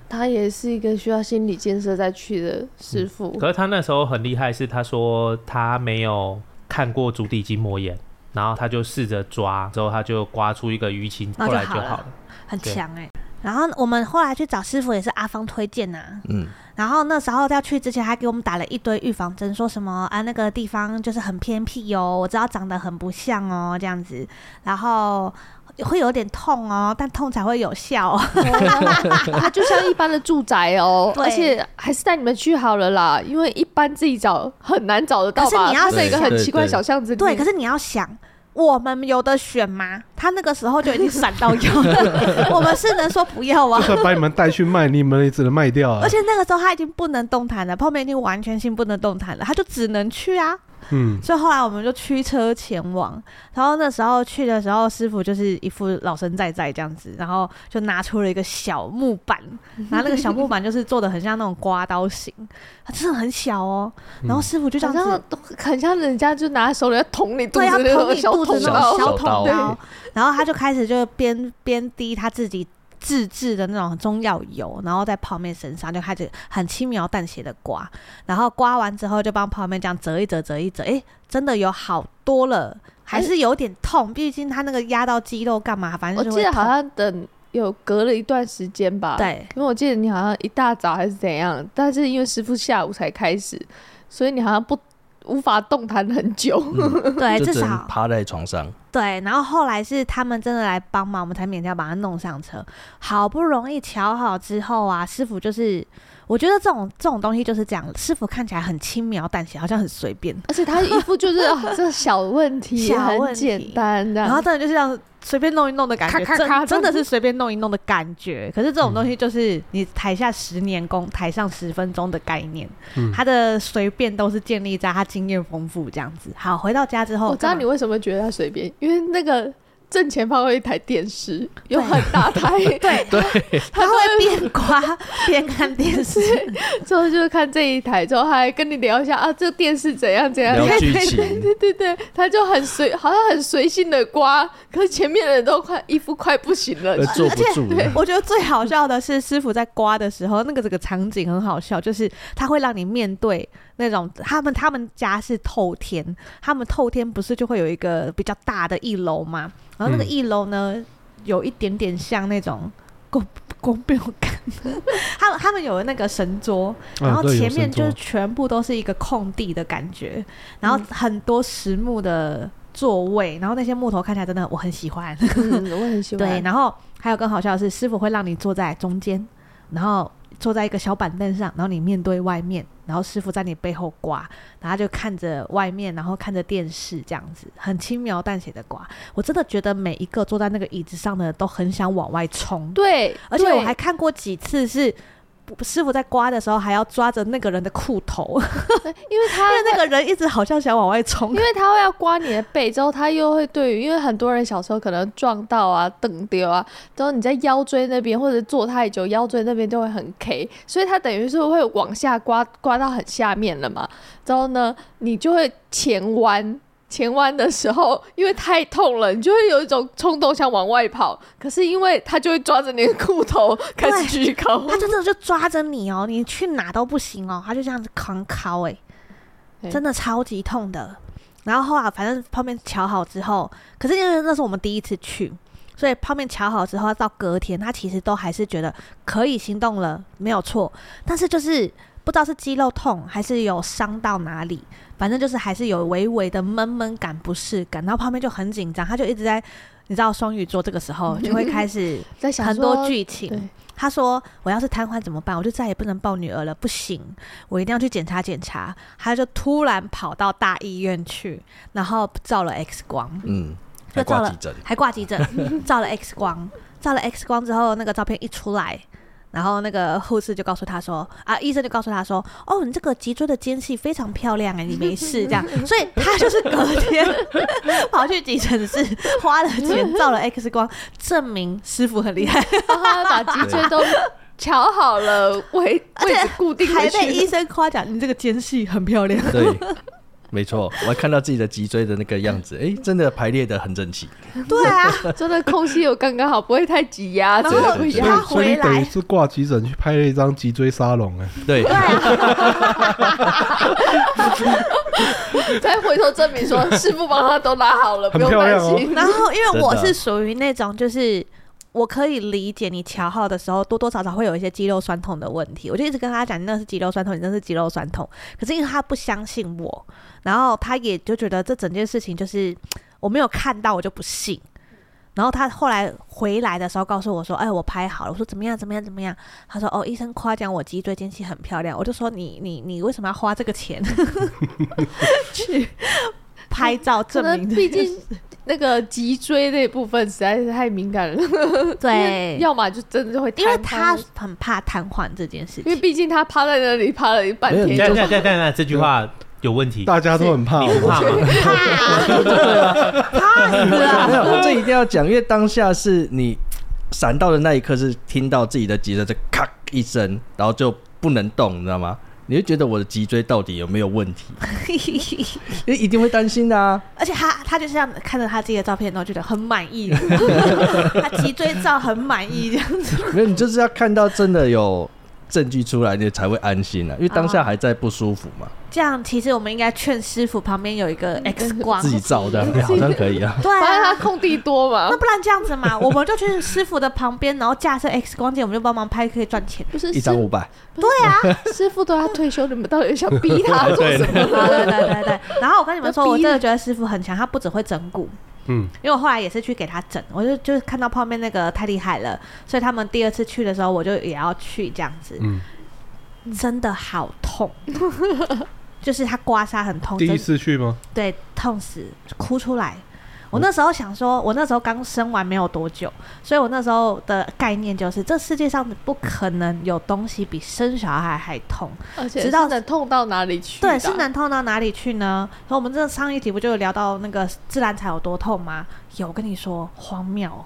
Speaker 3: 他也是一个需要心理建设再去的师傅，
Speaker 4: 嗯
Speaker 1: 可是他那时候很厉害，是他说他没有看过足底筋膜炎，然后他就试着抓，之后他就刮出一个淤青，
Speaker 2: 那
Speaker 1: 后
Speaker 2: 就
Speaker 1: 来就
Speaker 2: 好了
Speaker 1: 好了。
Speaker 2: 很
Speaker 1: 对
Speaker 2: 强哎、然后我们后来去找师傅也是阿芳推荐呐、啊
Speaker 4: 嗯，
Speaker 2: 然后那时候要去之前，还给我们打了一堆预防针，说什么啊那个地方就是很偏僻哦，我知道长得很不像哦这样子，然后会有点痛哦，但痛才会有效、哦。
Speaker 4: [laughs]
Speaker 3: 他就像一般的住宅哦，
Speaker 2: 对
Speaker 3: 而且还是带你们去好了啦，因为一般自己找很难找得到
Speaker 2: 可是
Speaker 3: 吧？
Speaker 2: 你要
Speaker 3: 他在一个
Speaker 4: 对
Speaker 3: 很
Speaker 4: 对
Speaker 3: 奇怪
Speaker 4: 对
Speaker 3: 小巷子里面，
Speaker 2: 对，可是你要想，我们有的选吗？他那个时候就已经闪到腰了。 [laughs] 我们是能说不要啊
Speaker 5: 就，算把你们带去卖，你们也只能卖掉啊
Speaker 2: 而。且那个时候他已经不能动弹了，泡面已经完全性不能动弹了，他就只能去啊。
Speaker 5: 嗯，
Speaker 2: 所以后来我们就驱车前往，然后那时候去的时候，师傅就是一副老神在在这样子，然后就拿出了一个小木板，
Speaker 3: 嗯
Speaker 2: 然后那个小木板就是做的很像那种刮刀型，它真的很小哦。
Speaker 5: 嗯
Speaker 2: 然后师傅就这
Speaker 3: 好
Speaker 2: 样子
Speaker 3: 像很像人家就拿手里在捅你肚
Speaker 2: 对
Speaker 3: 子
Speaker 2: 啊，
Speaker 3: 那
Speaker 2: 捅
Speaker 3: 种
Speaker 2: 你
Speaker 3: 小
Speaker 2: 肚子
Speaker 3: 捅
Speaker 2: 那
Speaker 3: 刀
Speaker 2: 种，小
Speaker 4: 小刀
Speaker 2: 捅刀， [laughs] 然后他就开始就边边滴他自己自制的那种中药油，然后在泡面身上就开始很轻描淡写的刮，然后刮完之后就帮泡面这样折一折折一折，诶，真的有好多了，还是有点痛，毕竟他那个压到肌肉干嘛，反
Speaker 3: 我
Speaker 2: 正就会
Speaker 3: 记得
Speaker 2: 痛。
Speaker 3: 好像等有隔了一段时间吧，，
Speaker 2: 对，
Speaker 3: 因为我记得你好像一大早还是怎样，但是因为师傅下午才开始，所以你好像不无法动弹很久。
Speaker 2: [laughs] 对，
Speaker 4: 嗯就
Speaker 2: 哎至
Speaker 4: 只能
Speaker 2: 少
Speaker 4: 趴在床上，
Speaker 2: 对，然后后来是他们真的来帮忙，我们才勉强把他弄上车。好不容易瞧好之后啊，师傅就是，我觉得这种这种东西就是这样，师傅看起来很轻描淡写，好像很随便，
Speaker 3: [laughs] 而且他一副就是、啊、这小问题，
Speaker 2: 小问
Speaker 3: 很
Speaker 2: 题
Speaker 3: 简单这
Speaker 2: 然后
Speaker 3: 样。
Speaker 2: 真的就是这样随便弄一弄的感觉，
Speaker 3: 啊咔咔咔
Speaker 2: 真真的是随便弄一弄的感觉。可是这种东西就是你台下十年功，台上十分钟的概念，
Speaker 5: 嗯
Speaker 2: 他的随便都是建立在他经验丰富这样子。好，回到家之后，
Speaker 3: 我知道你为什么觉得他随便，因为那个正前方有一台电视，有很大 [laughs] 台，
Speaker 2: 对对，他会 [laughs] 边刮边看电视。
Speaker 3: 之后就是看这一台，之后还跟你聊一下啊，这个电视怎样怎样。
Speaker 4: 聊剧
Speaker 3: 呃对
Speaker 4: 情，
Speaker 3: 对对对，他就很随，好像很随性的刮，可是前面的人都快一副快不行
Speaker 2: [laughs]
Speaker 3: 了
Speaker 4: 而。呃坐不住了。
Speaker 2: 我觉得最好笑的是师傅在刮的时候，那个这个场景很好笑，就是他会让你面对那种他们他们家是透天，他们透天不是就会有一个比较大的一楼嘛，然后那个
Speaker 5: 嗯
Speaker 2: 一楼呢、有一点点像那种公公庙感， [laughs] 他们他们有那个神桌，然后
Speaker 5: 啊对有
Speaker 2: 前面
Speaker 5: 神
Speaker 2: 就是
Speaker 5: 桌嗯
Speaker 2: 全部都是一个空地的感觉，然后很多实木的座位，然后那些木头看起来真的我很喜欢。
Speaker 3: 嗯，我很喜欢。
Speaker 2: 对，然后还有更好笑的是，师傅会让你坐在中间，然后坐在一个小板凳上，然后你面对外面，然后师傅在你背后刮，然后就看着外面，然后看着电视这样子，很轻描淡写的刮。我真的觉得每一个坐在那个椅子上的都很想往外冲，
Speaker 3: 对，
Speaker 2: 而且
Speaker 3: 对
Speaker 2: 我还看过几次是。师傅在刮的时候，还要抓着那个人的裤头，因
Speaker 3: 因为他
Speaker 2: 为那个人一直好像想往外冲
Speaker 3: 因。为他会要刮你的背，之后他又会对于，因为很多人小时候可能撞到啊、蹬丢啊，之后你在腰椎那边或者坐太久，腰椎那边就会很 K，所以他等于是会往下刮，刮到很下面了嘛。之后呢，你就会前弯。前弯的时候，因为太痛了，你就会有一种冲动想往外跑，可是因为他就会抓着你的裤头开始举高，
Speaker 2: 他真的就抓着你哦，你去哪都不行哦，他就这样子狂敲哎、
Speaker 3: 对
Speaker 2: 真的超级痛的。然后后来反正泡面瞧好之后，可是因为那是我们第一次去，所以泡面瞧好之后到隔天，他其实都还是觉得可以行动了，没有错。但是就是不知道是肌肉痛还是有伤到哪里，反正就是还是有微微的闷闷感、不适感。然后泡面就很紧张，他就一直在，你知道双鱼座这个时候就会开始
Speaker 3: 在想
Speaker 2: 很
Speaker 3: 说
Speaker 2: 多剧情
Speaker 3: 对。
Speaker 2: 他说：“我要是瘫痪怎么办？我就再也不能抱女儿了，不行，我一定要去检查检查。”他就突然跑到大医院去，然后照了 X 光，
Speaker 4: 嗯，
Speaker 2: 就
Speaker 4: 还
Speaker 2: 照
Speaker 4: 挂
Speaker 2: 了
Speaker 4: 急诊，
Speaker 2: 还挂急
Speaker 3: [laughs]
Speaker 2: 诊，照了 X 光，照了 X 光之后，那个照片一出来。然后那个护士就告诉他说，啊，医生就告诉他说，哦，你这个脊椎的间隙非常漂亮哎，你没事
Speaker 3: [laughs]
Speaker 2: 这样，所以他就是隔天 [laughs] 跑去急诊室，花了钱照了 X 光，证明师傅很厉害。
Speaker 3: 帮他把脊椎都瞧好了，位
Speaker 2: [laughs] 而
Speaker 3: 位
Speaker 2: 且
Speaker 3: 置固定
Speaker 2: 还
Speaker 3: 回
Speaker 2: 被医
Speaker 3: 去。
Speaker 2: 生夸奖，你这个间隙很漂
Speaker 3: [laughs]
Speaker 2: 亮。
Speaker 4: 对，没错，我还看到自己的脊椎的那个样子，哎，真的排列的很整齐，
Speaker 2: 对啊，
Speaker 3: 真的空隙有刚刚好，不会太挤压，
Speaker 2: 然
Speaker 3: 真
Speaker 2: 后
Speaker 3: 的不一
Speaker 5: 所
Speaker 3: 样。
Speaker 2: 他
Speaker 5: 以所以
Speaker 2: 回
Speaker 5: 你等
Speaker 2: 来
Speaker 5: 于是挂急诊去拍了一张脊椎沙龙哎，
Speaker 4: 对，
Speaker 3: 再回头证明 [laughs] 说，师傅帮他都拉好了，不
Speaker 5: 很
Speaker 3: 用
Speaker 5: 漂
Speaker 3: 担
Speaker 5: 亮哦
Speaker 3: [laughs] 心。
Speaker 2: 然后因为我
Speaker 4: 真的
Speaker 2: 是属于那种就是。我可以理解你调号的时候多多少少会有一些肌肉酸痛的问题，我就一直跟他讲，你那是肌肉酸痛，你那是肌肉酸痛。可是因为他不相信我，然后他也就觉得这整件事情就是我没有看到，我就不信。然后他后来回来的时候告诉我说：“哎，我拍好了。”我说：“怎么样？怎么样？怎么样？”他说：“哦，医生夸奖我脊椎间隙很漂亮。”我就说：“你你你为什么要花这个钱 [laughs] 去拍照
Speaker 3: 可
Speaker 2: 证
Speaker 3: 能
Speaker 2: 明？
Speaker 3: 毕竟那个脊椎那部分实在是太敏感了，
Speaker 2: 对，
Speaker 3: 要么就真的就会
Speaker 2: 因为
Speaker 3: 瘫
Speaker 2: 他
Speaker 3: 痪，
Speaker 2: 很怕瘫痪这件事
Speaker 3: 因为
Speaker 2: 情。
Speaker 3: 毕竟他趴在那里趴了一半
Speaker 4: 没有
Speaker 3: 天，就
Speaker 4: 你
Speaker 1: 但但但但但这句话有问题，
Speaker 5: 大家都很怕，哦
Speaker 1: 你不怕吗？
Speaker 2: 怕，怕
Speaker 3: [laughs]
Speaker 2: 死
Speaker 4: 没有，
Speaker 2: 了！
Speaker 4: 我这一定要讲，因为当下是你闪到的那一刻，是听到自己的脊椎在咔一声，然后就不能动，你知道吗？你就觉得我的脊椎到底有没有问题？你 [laughs] 一定会担心的啊！
Speaker 2: [laughs] 而且他他就是这样看着他自己的照片，然后觉得很满意， [laughs] 他脊椎照很满意这样子。
Speaker 4: 没有，你就是要看到真的有证据出来，你才会安心啊，因为当下还在不舒服嘛，
Speaker 2: 这样其实我们应该劝师傅旁边有一个 X 光
Speaker 3: 哦
Speaker 4: 自，己
Speaker 3: [laughs]
Speaker 4: 照的好像可以啊。
Speaker 2: 对
Speaker 3: 反正他
Speaker 2: 啊。
Speaker 3: 空地多 [laughs] 嘛
Speaker 2: 那，不然这样子嘛，我 [laughs] 们就去师傅的旁边，然后架设 X 光镜，我们就帮忙拍，可以赚钱。
Speaker 3: 不是
Speaker 4: 一张
Speaker 3: 师
Speaker 4: 五百，
Speaker 3: 师傅都要退休，你们到底想逼他做什
Speaker 5: [laughs]
Speaker 3: 么？
Speaker 2: 对对对对。然后我跟你们说，
Speaker 3: 那
Speaker 2: 我
Speaker 3: 逼
Speaker 2: 真
Speaker 3: 人
Speaker 2: 的觉得师傅很强，他不只会整骨，
Speaker 5: 嗯，
Speaker 2: 因为我后来也是去给他整，我就就是看到泡面那个太厉害了，所以他们第二次去的时候，我就也要去这样子，
Speaker 5: 嗯
Speaker 2: 真的好痛，就是他刮痧很
Speaker 1: 哦
Speaker 2: 痛，
Speaker 5: 第一
Speaker 2: 真
Speaker 5: 次去吗？
Speaker 2: 对，痛死，哭出来。我
Speaker 5: 哦
Speaker 2: 那时候想说，我那时候刚生完没有多久，所以我那时候的概念就是，这世界上不可能有东西比生小孩还痛。
Speaker 3: 而且
Speaker 2: 直到
Speaker 3: 是能痛到哪里去的啊？
Speaker 2: 对，是能痛到哪里去呢？然后我们这上一集不就有聊到那个自然产有多痛吗？有，我跟你说荒谬哦，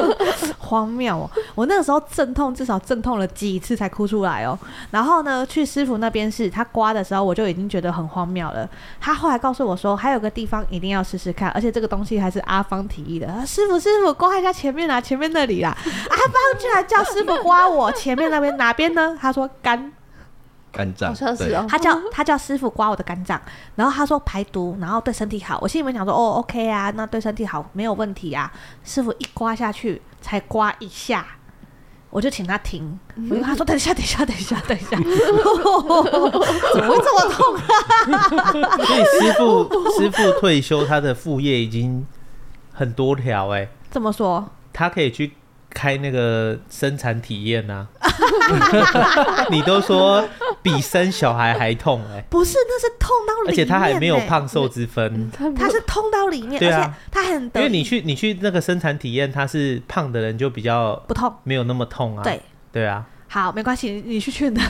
Speaker 2: [laughs] 荒谬哦！我那个时候阵痛至少阵痛了几次才哭出来哦。然后呢，去师傅那边是他刮的时候，我就已经觉得很荒谬了。他后来告诉我说，还有个地方一定要试试看，而且这个东西还是阿芳提议的。啊师傅，师傅，刮一下前面啊啦，前面那里啦。阿芳居然叫师傅刮我前面那边哪边呢？他说肝。
Speaker 4: 干仗，
Speaker 3: 好像是
Speaker 4: 对
Speaker 3: 哦，
Speaker 2: 他叫他叫师傅刮我的肝脏，然后他说排毒，然后对身体好。我心里面想说，哦，OK 啊，那对身体好没有问题啊。师傅一刮下去，才刮一下。我就请他停，我就跟他说：“等一下，等一下，等一下，等一下， [laughs] 怎么会这么痛啊？
Speaker 1: 所以师傅师傅退休，他的副业已经很多条哎、
Speaker 2: 这么说， [laughs]
Speaker 1: 他可以去开那个生产体验呐、啊。 [laughs] 你都说比生小孩还痛
Speaker 2: [laughs]
Speaker 1: 哎、
Speaker 2: 不是，那是痛到里面、欸
Speaker 1: 而且他还没有，胖瘦之分。
Speaker 3: 他
Speaker 2: 他是痛到里面，
Speaker 1: 对啊
Speaker 2: 而且他很得
Speaker 1: 因
Speaker 2: 意
Speaker 1: 为你去你去那个生产体验，他是胖的人就比较
Speaker 2: 不痛，
Speaker 1: 没有那么痛啊。
Speaker 2: 对。”
Speaker 1: 对啊，
Speaker 2: 好，没关系，你你去劝
Speaker 3: [laughs]
Speaker 2: 他。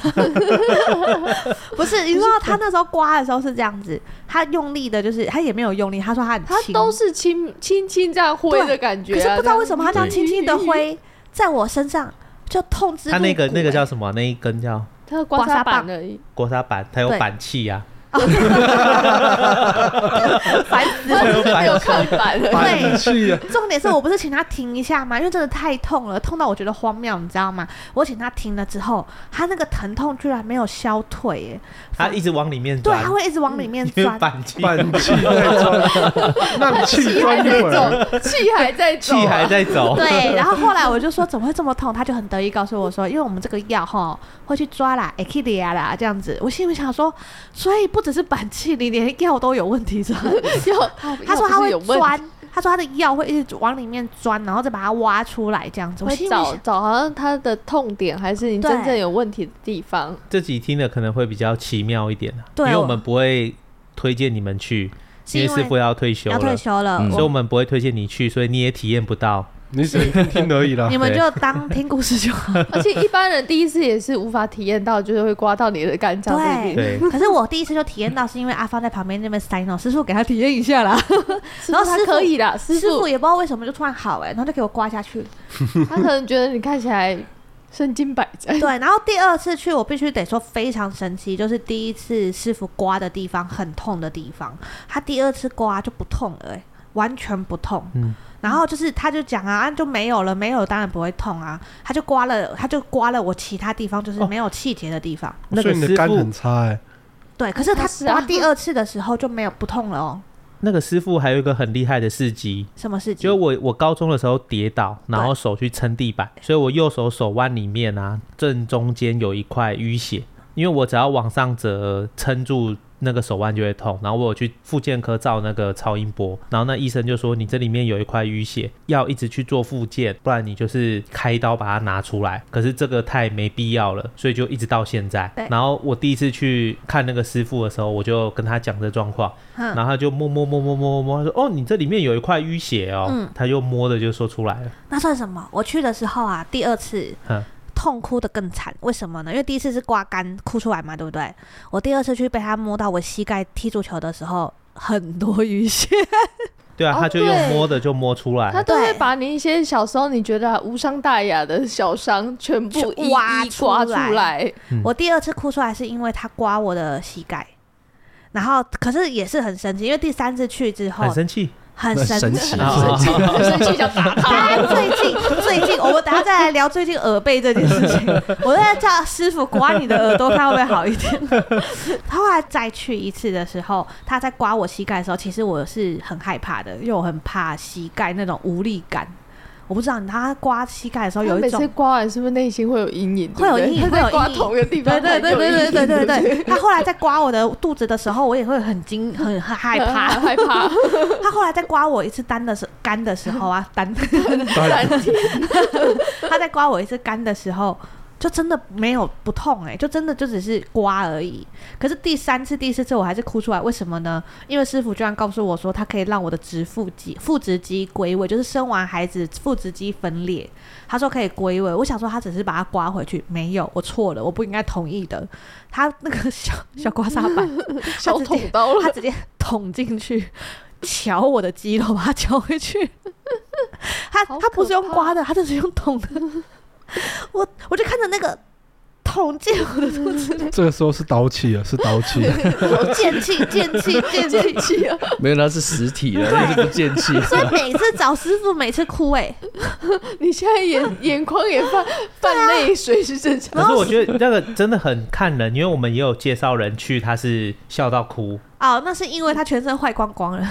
Speaker 2: 不是，你知道他那时候刮的时候是这样子，他用力的，就是他也没有用力，他说他很
Speaker 3: 他
Speaker 2: 轻，
Speaker 3: 都是轻轻轻这样挥的感觉
Speaker 2: 可
Speaker 3: 啊，
Speaker 2: 是不知道为什么他这样
Speaker 3: 这样
Speaker 2: 轻轻的挥在我身上就痛之入
Speaker 1: 他那个
Speaker 2: 骨
Speaker 1: 那个
Speaker 2: 欸
Speaker 1: 叫什么啊？那一根叫
Speaker 3: 他的刮痧
Speaker 2: 刮痧
Speaker 3: 板
Speaker 2: 棒
Speaker 3: 而已。 [laughs]
Speaker 1: 刮痧板，它有
Speaker 2: 对
Speaker 1: 板气啊，
Speaker 2: 烦死
Speaker 1: 它
Speaker 2: 了。
Speaker 1: 有板
Speaker 3: 没有
Speaker 1: 气。
Speaker 3: 看
Speaker 1: [laughs]
Speaker 3: 板
Speaker 5: [laughs]
Speaker 3: 了， [laughs]
Speaker 5: 板气啊，
Speaker 2: 哎重点是我不是请他停一下吗？因为真的太痛了，痛到我觉得荒谬，你知道吗？我请他停了之后，他那个疼痛居然没有消退、欸，
Speaker 1: 他一直往里面
Speaker 2: 对，
Speaker 1: 钻
Speaker 2: 他，
Speaker 1: [laughs]
Speaker 2: 会一直往里面
Speaker 1: 因
Speaker 2: 钻
Speaker 1: 为。板气
Speaker 5: 板气在装，让气
Speaker 3: 气还
Speaker 5: 装
Speaker 3: 在
Speaker 5: 过
Speaker 2: [laughs]
Speaker 5: 来。
Speaker 3: 走，气还
Speaker 1: [laughs]
Speaker 3: 在走
Speaker 1: 气
Speaker 3: 啊，
Speaker 1: 还在走。
Speaker 2: 对，然后后来我就说怎么会这么痛，他就很得意告诉我说，因为我们这个药哈会去抓啦、艾克利亚啦这样子。我心里想说，所以不只是板气，你连药都有问题是吧？
Speaker 3: [laughs] 要
Speaker 2: 他说他
Speaker 3: 要不是
Speaker 2: 会
Speaker 3: 有问题
Speaker 2: 钻，他说他的药会一直往里面钻，然后再把它挖出来这样子。我心
Speaker 3: 会
Speaker 2: 里面
Speaker 3: 找
Speaker 2: 想，
Speaker 3: 找好像他的痛点还是你
Speaker 2: 对
Speaker 3: 真正有问题的地方，
Speaker 1: 这集听的可能会比较奇妙一点啊，
Speaker 2: 对
Speaker 1: 因为
Speaker 2: 我
Speaker 1: 我们不会推荐你们去，
Speaker 2: 是
Speaker 1: 因为
Speaker 2: 因
Speaker 1: 师傅
Speaker 2: 为
Speaker 1: 要退休
Speaker 2: 要退
Speaker 1: 了，
Speaker 2: 休了，
Speaker 4: 嗯
Speaker 1: 所以
Speaker 2: 我
Speaker 1: 我们不会推荐你去，所以你也体验不到。
Speaker 5: 你只能听听而已啦
Speaker 2: 你。们
Speaker 1: 对
Speaker 2: 就当听故事就好。
Speaker 3: 而且一般人第一次也是无法体验到，就是会刮到你的肝脏那边。
Speaker 1: 对，
Speaker 2: [laughs] 可是我第一次就体验到，是因为阿芳在旁边那边塞诺，师傅给他体验一下啦。
Speaker 3: 然
Speaker 2: 然后
Speaker 3: 后他
Speaker 2: 师傅
Speaker 3: 可以啦，
Speaker 2: [laughs]
Speaker 3: 师
Speaker 2: 师傅
Speaker 3: 傅
Speaker 2: 也不知道为什么就突然好哎、然后就给我刮下去了。
Speaker 3: 他可能觉得你看起来身经百
Speaker 1: [laughs]
Speaker 3: 战，
Speaker 1: 哎
Speaker 2: 对，然后第二次去，我必须得说非常神奇，就是第一次师傅刮的地方很痛的地方，他第二次刮就不痛了、欸，完全不痛。
Speaker 1: 嗯
Speaker 2: 然后就是他就讲啊，啊就没有了，没有当然不会痛啊，他就刮了，他就刮了我其他地方，就是
Speaker 1: 哦
Speaker 2: 没有气节的地方。
Speaker 5: [laughs]
Speaker 1: 那
Speaker 5: 所
Speaker 1: 个
Speaker 5: 以你
Speaker 1: 师
Speaker 5: 的肝很
Speaker 1: 傅，
Speaker 5: 差哎，
Speaker 2: 对，可是他
Speaker 3: 啊是啊
Speaker 2: 刮第二次的时候就没有不痛了哦。
Speaker 1: 那个师傅还有一个很厉害的事迹，
Speaker 2: 什么事情
Speaker 1: 就？我我高中的时候跌倒，然后手去撑地板，所以我右手手腕里面啊正中间有一块淤血，因为我只要往上折撑住那个手腕就会痛，然后我有去复健科照那个超音波，然后那医生就说你这里面有一块淤血，要一直去做复健，不然你就是开刀把它拿出来。可是这个太没必要了，所以就一直到现在
Speaker 2: 对。
Speaker 1: 然后我第一次去看那个师傅的时候，我就跟他讲这状况，
Speaker 2: 嗯
Speaker 1: 然后他就摸摸摸摸摸摸，他说哦你这里面有一块淤血哦，
Speaker 2: 嗯
Speaker 1: 他就摸的就说出来了，
Speaker 2: 那算什么？我去的时候啊，第二次
Speaker 1: 嗯
Speaker 2: 痛哭的更惨，为什么呢？因为第一次是刮干哭出来嘛，对不对？我第二次去被他摸到我膝盖踢足球的时候，很多淤血。
Speaker 1: 对啊，
Speaker 3: 哦
Speaker 1: 他就用
Speaker 3: 对
Speaker 1: 摸的就摸出来
Speaker 3: 他
Speaker 1: 了，
Speaker 3: 都会
Speaker 2: 对
Speaker 3: 把你一些小时候你觉得无伤大雅的小伤，全部
Speaker 2: 去
Speaker 3: 一一
Speaker 2: 挖
Speaker 3: 刮
Speaker 2: 出
Speaker 3: 出
Speaker 2: 来
Speaker 3: 来。
Speaker 1: 嗯
Speaker 2: 我第二次哭出来是因为他刮我的膝盖，然后可是也是很生气，因为第三次去之后
Speaker 1: 很生气。
Speaker 2: 很
Speaker 4: 那
Speaker 2: 生
Speaker 4: 神
Speaker 2: 气
Speaker 4: 奇。 [laughs]
Speaker 1: 啊
Speaker 4: 神奇
Speaker 3: 很生气想打他。
Speaker 1: [laughs]
Speaker 2: 但最近最近，我们等下再来聊最近耳背这件事情。我在叫师傅刮你的耳朵，看会不会好一点。他后来再去一次的时候，他在刮我膝盖的时候，其实我是很害怕的，因为我很怕膝盖那种无力感。我不知道他刮膝盖的时候哦有
Speaker 3: 他
Speaker 2: 一
Speaker 3: 每次
Speaker 2: 种。
Speaker 3: 刮完是不是内心会有阴影？
Speaker 2: 会有
Speaker 3: 对不对
Speaker 2: 阴影
Speaker 3: 他
Speaker 2: 会有
Speaker 3: 在刮
Speaker 2: 阴影
Speaker 3: 同一个
Speaker 2: 对
Speaker 3: 地方，
Speaker 2: 对对对对对对
Speaker 3: 对，
Speaker 2: 对，他后来在刮我的肚子的时候，我也会很惊很很害
Speaker 3: [laughs]
Speaker 2: 怕。
Speaker 3: [laughs] 害怕，
Speaker 2: [laughs] 他后来在刮我一次单的时干的时候啊，单
Speaker 3: 三天
Speaker 2: 他在刮我一次干的时候，就真的没有不痛哎、就真的就只是刮而已。可是第三次、第四次我还是哭出来，为什么呢？因为师傅居然告诉我说，他可以让我的直腹肌、腹直肌归位，就是生完孩子腹直肌分裂，他说可以归位。我想说他只是把它刮回去，没有，我错了，我不应该同意的。他那个小小刮痧板，
Speaker 3: 小捅刀了
Speaker 2: 他。直接捅进去，瞧我的肌肉，把它瞧回去。 [laughs] 他
Speaker 3: 好
Speaker 2: 他不是
Speaker 3: 可
Speaker 2: 用
Speaker 3: 怕
Speaker 2: 刮的，他就是用捅的。我我就看着那个捅进我的肚子，
Speaker 5: 这个时候是刀气了，是刀气。
Speaker 1: [laughs]
Speaker 2: 我剑气剑气剑
Speaker 3: [laughs]
Speaker 2: 气。
Speaker 3: 气啊！
Speaker 4: 没有，那是实体
Speaker 3: [laughs]
Speaker 4: 的，那是不见气。
Speaker 2: [laughs] 所以每次找师傅，每次哭哎、
Speaker 3: 你现在眼 [laughs] 眼眶也泛
Speaker 2: 啊
Speaker 3: 泛泪水是正
Speaker 2: [laughs]
Speaker 3: 常
Speaker 1: 可是我觉得那个真的很看人，因为我们也有介绍人去，他是笑到哭，
Speaker 2: 哦，那是因为他全身坏光光了。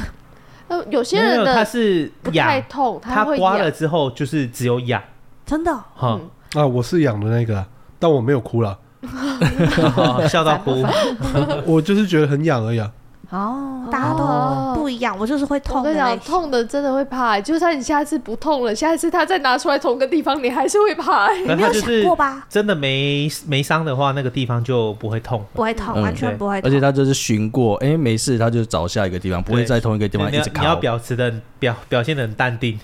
Speaker 2: 呃
Speaker 3: 的。有些
Speaker 1: 没有
Speaker 3: 人
Speaker 1: 他
Speaker 3: 的
Speaker 1: 是
Speaker 3: 不太
Speaker 1: 痒，
Speaker 3: 痛，
Speaker 1: 他
Speaker 3: 会
Speaker 1: 刮了
Speaker 3: 痒。
Speaker 1: 之后就是只有痒，
Speaker 2: 真的哦、
Speaker 1: 哈，
Speaker 5: 啊，我是养的那个啊，但我没有哭了，
Speaker 1: [laughs] 笑到哭，
Speaker 5: 我就是觉得很痒而已啊。
Speaker 2: 哦，大家
Speaker 3: 哦
Speaker 2: 都不一样，我就是会
Speaker 3: 我
Speaker 2: 痛的
Speaker 3: 跟你讲，
Speaker 2: 类型
Speaker 3: 痛的真的会怕、欸就算你下次不痛了，下一次他再拿出来同个地方，你还是会怕、
Speaker 2: [laughs]
Speaker 3: 欸。
Speaker 1: 可
Speaker 2: 你没
Speaker 1: 是他
Speaker 2: 有
Speaker 1: 就
Speaker 2: 想
Speaker 1: 是
Speaker 2: 过吧？
Speaker 1: 真的没没伤的话，那个地方就不会痛。
Speaker 2: 不会痛，
Speaker 4: 嗯
Speaker 2: 完全不会
Speaker 4: 而
Speaker 2: 痛。
Speaker 4: 且他就是寻过，哎、没事，他就找下一个地方，不会
Speaker 1: 对
Speaker 4: 在同一个地方
Speaker 1: 你
Speaker 4: 一
Speaker 1: 要
Speaker 4: 直
Speaker 1: 你要
Speaker 4: 卡。
Speaker 1: 表持的表表现的很淡定，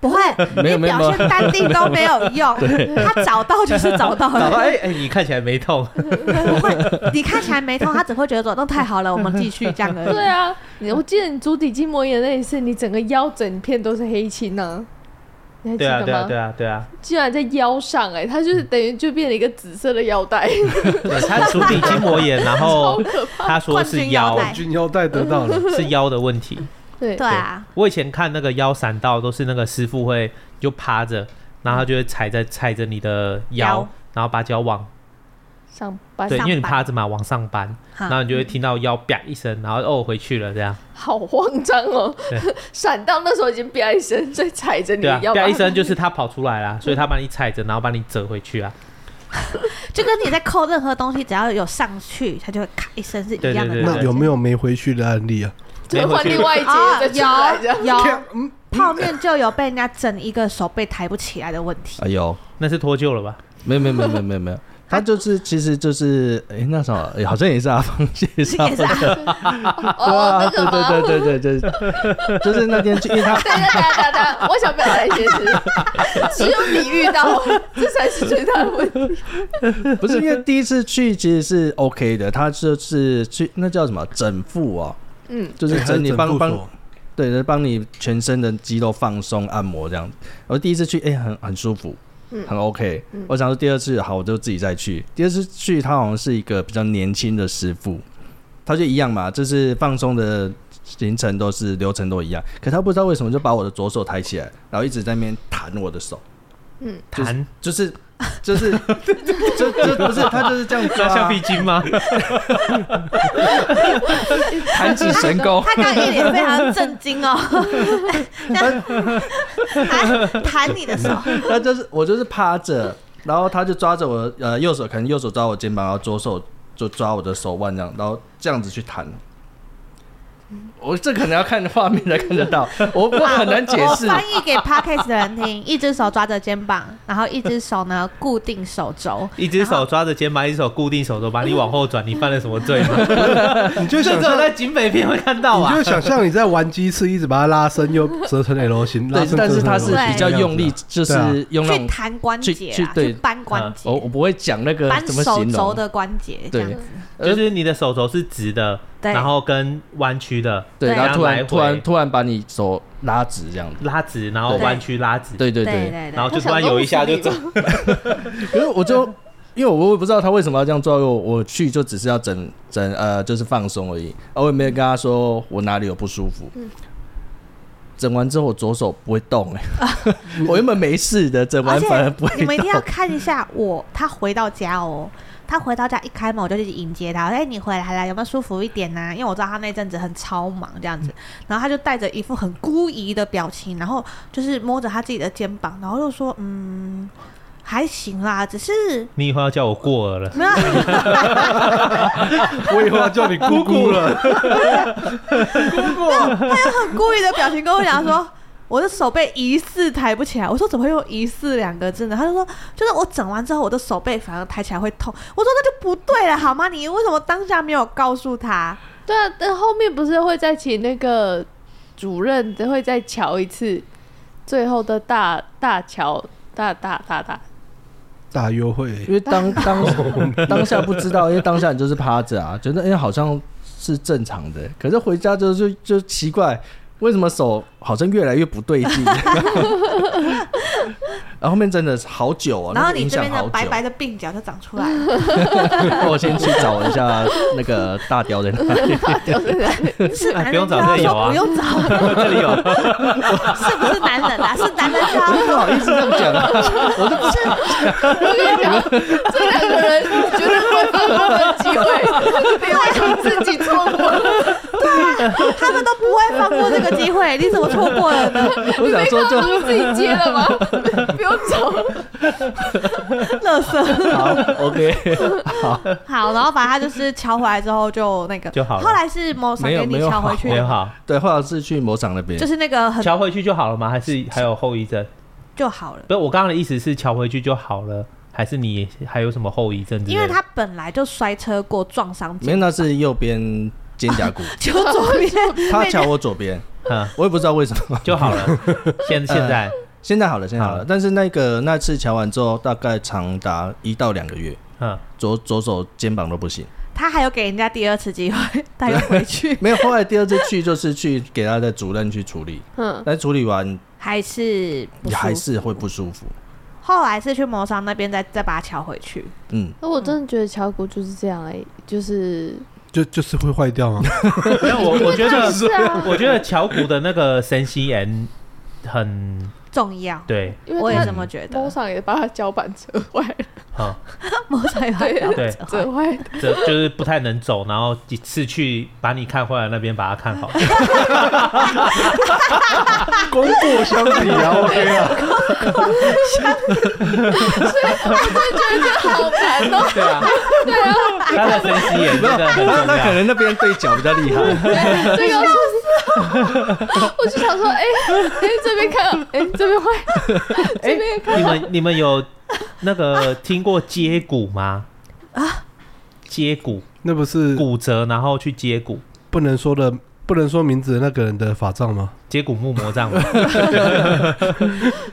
Speaker 2: 不会，
Speaker 4: [laughs] 没有
Speaker 2: 你
Speaker 4: 没有
Speaker 2: 表现淡定都没有
Speaker 4: [laughs]
Speaker 2: 用。他找到就是找到了， [laughs]
Speaker 1: 找到哎哎，你看起来没痛，
Speaker 2: 不
Speaker 4: [laughs]
Speaker 2: 会，你看起来没痛，他只会觉得说那太好了，我们继续这样而已。
Speaker 3: [laughs] 对啊，你我记得你足底筋膜炎那一次，你整个腰整片都是黑青呢、你还记
Speaker 1: 对啊
Speaker 3: 得
Speaker 1: 对啊
Speaker 3: 吗？
Speaker 1: 对啊对啊，
Speaker 3: 居然在腰上哎、它
Speaker 1: 嗯
Speaker 3: 就是等于就变了一个紫色的腰带，
Speaker 1: 对他足底筋膜炎，
Speaker 3: [laughs]
Speaker 1: 然
Speaker 3: 超
Speaker 1: 后
Speaker 3: 可怕。
Speaker 1: 他说是腰
Speaker 2: 冠
Speaker 5: 军腰带得到了，
Speaker 1: 是腰的问题，
Speaker 3: 对
Speaker 2: 对啊，
Speaker 1: 我以前看那个腰闪到，都是那个师傅会你就趴着，然后他就会踩在踩着你的腰，
Speaker 2: 腰
Speaker 1: 然后把脚往
Speaker 3: 上班
Speaker 1: 对，因为你
Speaker 2: 搬
Speaker 1: 趴着嘛，往上搬，
Speaker 2: 哈
Speaker 1: 然后你就会听到腰啪一声，然后哦回去了这样，
Speaker 3: 好慌张哦
Speaker 1: 对，
Speaker 3: 闪到那时候已经啪一声，在踩着你
Speaker 1: 对啊
Speaker 3: 的，腰，
Speaker 1: 啪一声就是他跑出来啦，所以他把你踩着，然后把你折回去啊，
Speaker 2: 就跟你在扣任何东西，只要有上去，它就会咔一声是一样的
Speaker 1: 对
Speaker 2: 感觉。
Speaker 5: 那有没有没回去的案例啊？
Speaker 3: [laughs] 就换另外一节
Speaker 2: 啊
Speaker 3: 再出来这样。哦
Speaker 2: 有有
Speaker 5: [laughs] 嗯，
Speaker 2: 泡面就有被人家整一个手背抬不起来的问题。
Speaker 4: 哎呦，
Speaker 1: 那是脱臼了吧？
Speaker 4: 没有没有没有没有没有
Speaker 2: [laughs]
Speaker 4: 没有，他就是其实就是哎、那什么、哎好像也是阿 [laughs] 芳介绍
Speaker 2: 也是
Speaker 4: 的，
Speaker 2: 啊，
Speaker 3: 哦，那个吗？
Speaker 4: 对对对对对对，
Speaker 2: [laughs]
Speaker 4: 就是那天去，因为他
Speaker 3: 对对对对对，我想表达一件事，只有你遇到，
Speaker 1: [laughs]
Speaker 3: 这才是最大的问题。
Speaker 4: 不是因为第一次去其实是 OK 的，他就是去那叫什么整腹哦，
Speaker 3: 嗯，
Speaker 4: 就是
Speaker 5: 哎
Speaker 4: 整理帮帮
Speaker 5: 所
Speaker 4: 对，就是帮你全身的肌肉放松按摩这样。我第一次去，哎、很很舒服，很 OK、我想说第二次好，我就自己再去。第二次去，他好像是一个比较年轻的师傅，他就一样嘛，就是放松的行程都是流程都一样。可他不知道为什么就把我的左手抬起来，然后一直在那边弹我的手，就是
Speaker 1: 弹
Speaker 4: 就是就是 [laughs] 就就不是 [laughs] 他就是这样啊抓、
Speaker 1: 那橡皮筋吗？
Speaker 4: 弹指神功。
Speaker 2: 他刚刚一脸非常震惊
Speaker 4: [laughs]
Speaker 2: 哦， [laughs] 还弹你的手，
Speaker 4: 他就是我就是趴着，然后他就抓着我呃右手，可能右手抓我肩膀，然后左手就抓我的手腕这样，然后这样子去弹。我这可能要看画面才看
Speaker 2: [laughs]
Speaker 4: 得到，我我很难解
Speaker 2: 我
Speaker 4: 释。
Speaker 2: 翻译给 podcast 的人听：一只手抓着肩膀，然后一只手呢固定手肘，
Speaker 1: 一只手抓着肩膀，一只手固定手肘，把你往后转，你犯了什么罪吗？
Speaker 5: 你就
Speaker 1: 这
Speaker 5: 想
Speaker 1: 只有
Speaker 5: 象，
Speaker 1: 在警匪片会看到
Speaker 5: 你
Speaker 1: 啊
Speaker 5: 就。想象你在玩鸡翅，一直把它拉伸又折成 L 型，拉
Speaker 4: 对，
Speaker 5: 伸
Speaker 4: 但是
Speaker 5: 折成
Speaker 4: 它是
Speaker 5: L 型
Speaker 4: 比较
Speaker 5: 这样子啊
Speaker 4: 用力，就是
Speaker 5: 对
Speaker 4: 用那
Speaker 2: 去
Speaker 4: 种，
Speaker 2: 弹关节
Speaker 4: 去
Speaker 2: 啊，
Speaker 4: 对
Speaker 2: 去扳关节
Speaker 4: 我，我不会讲那个
Speaker 2: 扳
Speaker 4: 呃怎么
Speaker 2: 手
Speaker 4: 形
Speaker 2: 肘
Speaker 4: 容。
Speaker 2: 的关节，这样
Speaker 4: 对
Speaker 2: 子
Speaker 1: 就是你的手肘是直的，
Speaker 2: 对
Speaker 1: 然后跟弯曲的，
Speaker 4: 对，
Speaker 2: 对啊
Speaker 4: 然后突
Speaker 1: 来
Speaker 4: 然
Speaker 1: 回
Speaker 4: 突然突然把你手拉直这样子。
Speaker 1: 拉直，然后
Speaker 4: 对
Speaker 1: 弯曲拉直，
Speaker 4: 对对
Speaker 2: 对
Speaker 4: 对，
Speaker 2: 对
Speaker 1: 然后
Speaker 2: 对。
Speaker 1: 就突然有一下就走。
Speaker 4: 因为我就因为我我也不知道他为什么要这样做，因为我我去就只是要整整呃就是放松而已，啊我也没有跟他说我哪里有不舒服。
Speaker 2: 嗯
Speaker 4: 整完之后，我左手不会动哎、
Speaker 2: [laughs]
Speaker 4: 我原本没事的，整
Speaker 2: 而
Speaker 4: 完反而不
Speaker 2: 且你们
Speaker 4: 会
Speaker 2: 一定要
Speaker 4: 动。
Speaker 2: 看一下我，他回到家哦，他回到家一开门我就去迎接他，哎、你回来了，有没有舒服一点呢、啊因为我知道他那阵子很超忙这样子，
Speaker 4: 嗯
Speaker 2: 然后他就带着一副很孤疑的表情，然后就是摸着他自己的肩膀，然后又说，嗯，还行啦，只是
Speaker 1: [laughs] 你以后要叫我过儿了， [laughs]
Speaker 2: 没有。啊
Speaker 5: 啊我以后要叫你姑姑 [laughs] 了，
Speaker 2: 故意的表情跟我讲说， [laughs] 我的手被疑似抬不起来。我说怎么会用疑似两个字呢？他就说，就是我整完之后，我的手背反而抬起来会痛。我说那就不对了，好吗？你为什么当下没有告诉他？
Speaker 3: 对啊，但后面不是会再请那个主任会再瞧一次最后的大大乔大大大大，
Speaker 5: 大优惠
Speaker 4: 因。为当当当下不知道，因为当下你就是趴着啊，觉得哎、好像是正常的，可是回家就就就奇怪，为什么手好像越来越不对
Speaker 2: [laughs]
Speaker 4: 劲？然后后面真的是好久
Speaker 1: 哦
Speaker 4: 啊，
Speaker 2: 然后
Speaker 4: 那个
Speaker 2: 你
Speaker 4: 影
Speaker 2: 这
Speaker 4: 响
Speaker 2: 边的
Speaker 4: 好
Speaker 2: 白
Speaker 4: 久
Speaker 2: 白的鬓角就长出
Speaker 1: [laughs]
Speaker 2: 来了，
Speaker 4: 我先去找一下那个大雕在哪
Speaker 2: [laughs]
Speaker 4: 里。
Speaker 2: 是
Speaker 1: 哎
Speaker 2: 男
Speaker 1: 不用
Speaker 2: 人
Speaker 1: 找
Speaker 2: 就要
Speaker 1: 这
Speaker 2: 说
Speaker 1: 里有啊
Speaker 2: 不用找，
Speaker 1: 这里 [laughs] 有。
Speaker 2: 是不是男人啊？是男人就要
Speaker 4: 不
Speaker 2: 说
Speaker 4: 好意思这样讲啊，
Speaker 3: 我跟你讲，这两个人绝对不会放过的机会，不要让自己错 [laughs] 过了。
Speaker 2: 他们都不会放过这个机
Speaker 1: [laughs]
Speaker 2: 会，你怎么错过了呢？
Speaker 4: 我想说就
Speaker 3: 你们自己接了吗？不用走，
Speaker 2: 乐色。
Speaker 4: 好，OK， [laughs]
Speaker 2: 好，然后把他就是敲回来之后就那个
Speaker 1: 就好了
Speaker 2: 后来是某想
Speaker 4: 没有
Speaker 2: 给你
Speaker 4: 没有
Speaker 2: 敲
Speaker 4: 好
Speaker 2: 回去
Speaker 1: 没，有好，
Speaker 4: 对，后来是去魔场那边
Speaker 2: 就，是那个很
Speaker 1: 敲回去就好了吗？还是还有后遗症？
Speaker 2: 就好了。
Speaker 1: 不是，我刚刚的意思是敲回去就好了，还是你还有什么后遗症之类
Speaker 2: 因
Speaker 1: 的？
Speaker 2: 为他本来就摔车过，撞伤
Speaker 4: 没有，
Speaker 2: 肩，
Speaker 4: 那是右边肩胛
Speaker 2: [laughs]
Speaker 4: 骨，
Speaker 2: 就左边
Speaker 4: 他瞧我左边，
Speaker 1: 嗯
Speaker 4: 我也不知道为什么。 [laughs]
Speaker 1: 就好 [laughs] 了。现现在
Speaker 4: 现在好了，现在好
Speaker 1: 好
Speaker 4: 了
Speaker 1: 了，
Speaker 4: 但是那个那次瞧完之后，大概长达一到两个月，
Speaker 1: 嗯，
Speaker 4: 左左手肩膀都不行。
Speaker 2: 他还有给人家第二次机会，他又回去，
Speaker 4: 没有，后来第二次去就是去给他的主任去处理，
Speaker 3: 嗯，
Speaker 4: 但处理完
Speaker 2: 还是不
Speaker 4: 还
Speaker 2: 舒服
Speaker 4: 是会不舒服。
Speaker 2: 后来是去磨伤那边再再把它敲回去， [laughs]
Speaker 4: 嗯，
Speaker 3: 那我真的觉得乔骨就是这样哎、就是
Speaker 5: 就就是会坏掉吗？
Speaker 1: 嗯没有我我觉得
Speaker 3: 是啊，
Speaker 1: 我觉得桥骨的那个神西岩很
Speaker 2: 重要。
Speaker 1: 对，
Speaker 3: 因
Speaker 2: 我
Speaker 3: 为
Speaker 2: 也
Speaker 3: 他
Speaker 2: 这么觉
Speaker 3: 摸
Speaker 2: 得，
Speaker 3: 上也把他脚板折坏了，
Speaker 1: 嗯，
Speaker 2: 磨伤也把它
Speaker 1: 对
Speaker 2: 折坏
Speaker 3: 折坏了。
Speaker 1: 这就是不太能走，然后几次去把你看坏了那边把它 [laughs] 看好。
Speaker 5: 功过相抵
Speaker 1: [laughs]
Speaker 5: 啊，OK 啊，
Speaker 3: 对，觉得好难哦。
Speaker 1: 对啊，他的神西岩真的很
Speaker 4: 那
Speaker 1: 重
Speaker 4: 那可
Speaker 1: 要。
Speaker 4: 能那边对脚比较厉害，
Speaker 3: 这个我就我就想说，哎、哎、这边看，哎、这边坏，哎这边看，
Speaker 1: 你们你们有那个听过接骨吗？啊，接骨
Speaker 5: 那不是
Speaker 1: 骨折，然后去接骨，
Speaker 5: 不能说的，不能说名字的那个人的法杖吗？
Speaker 1: 接骨木魔杖吗？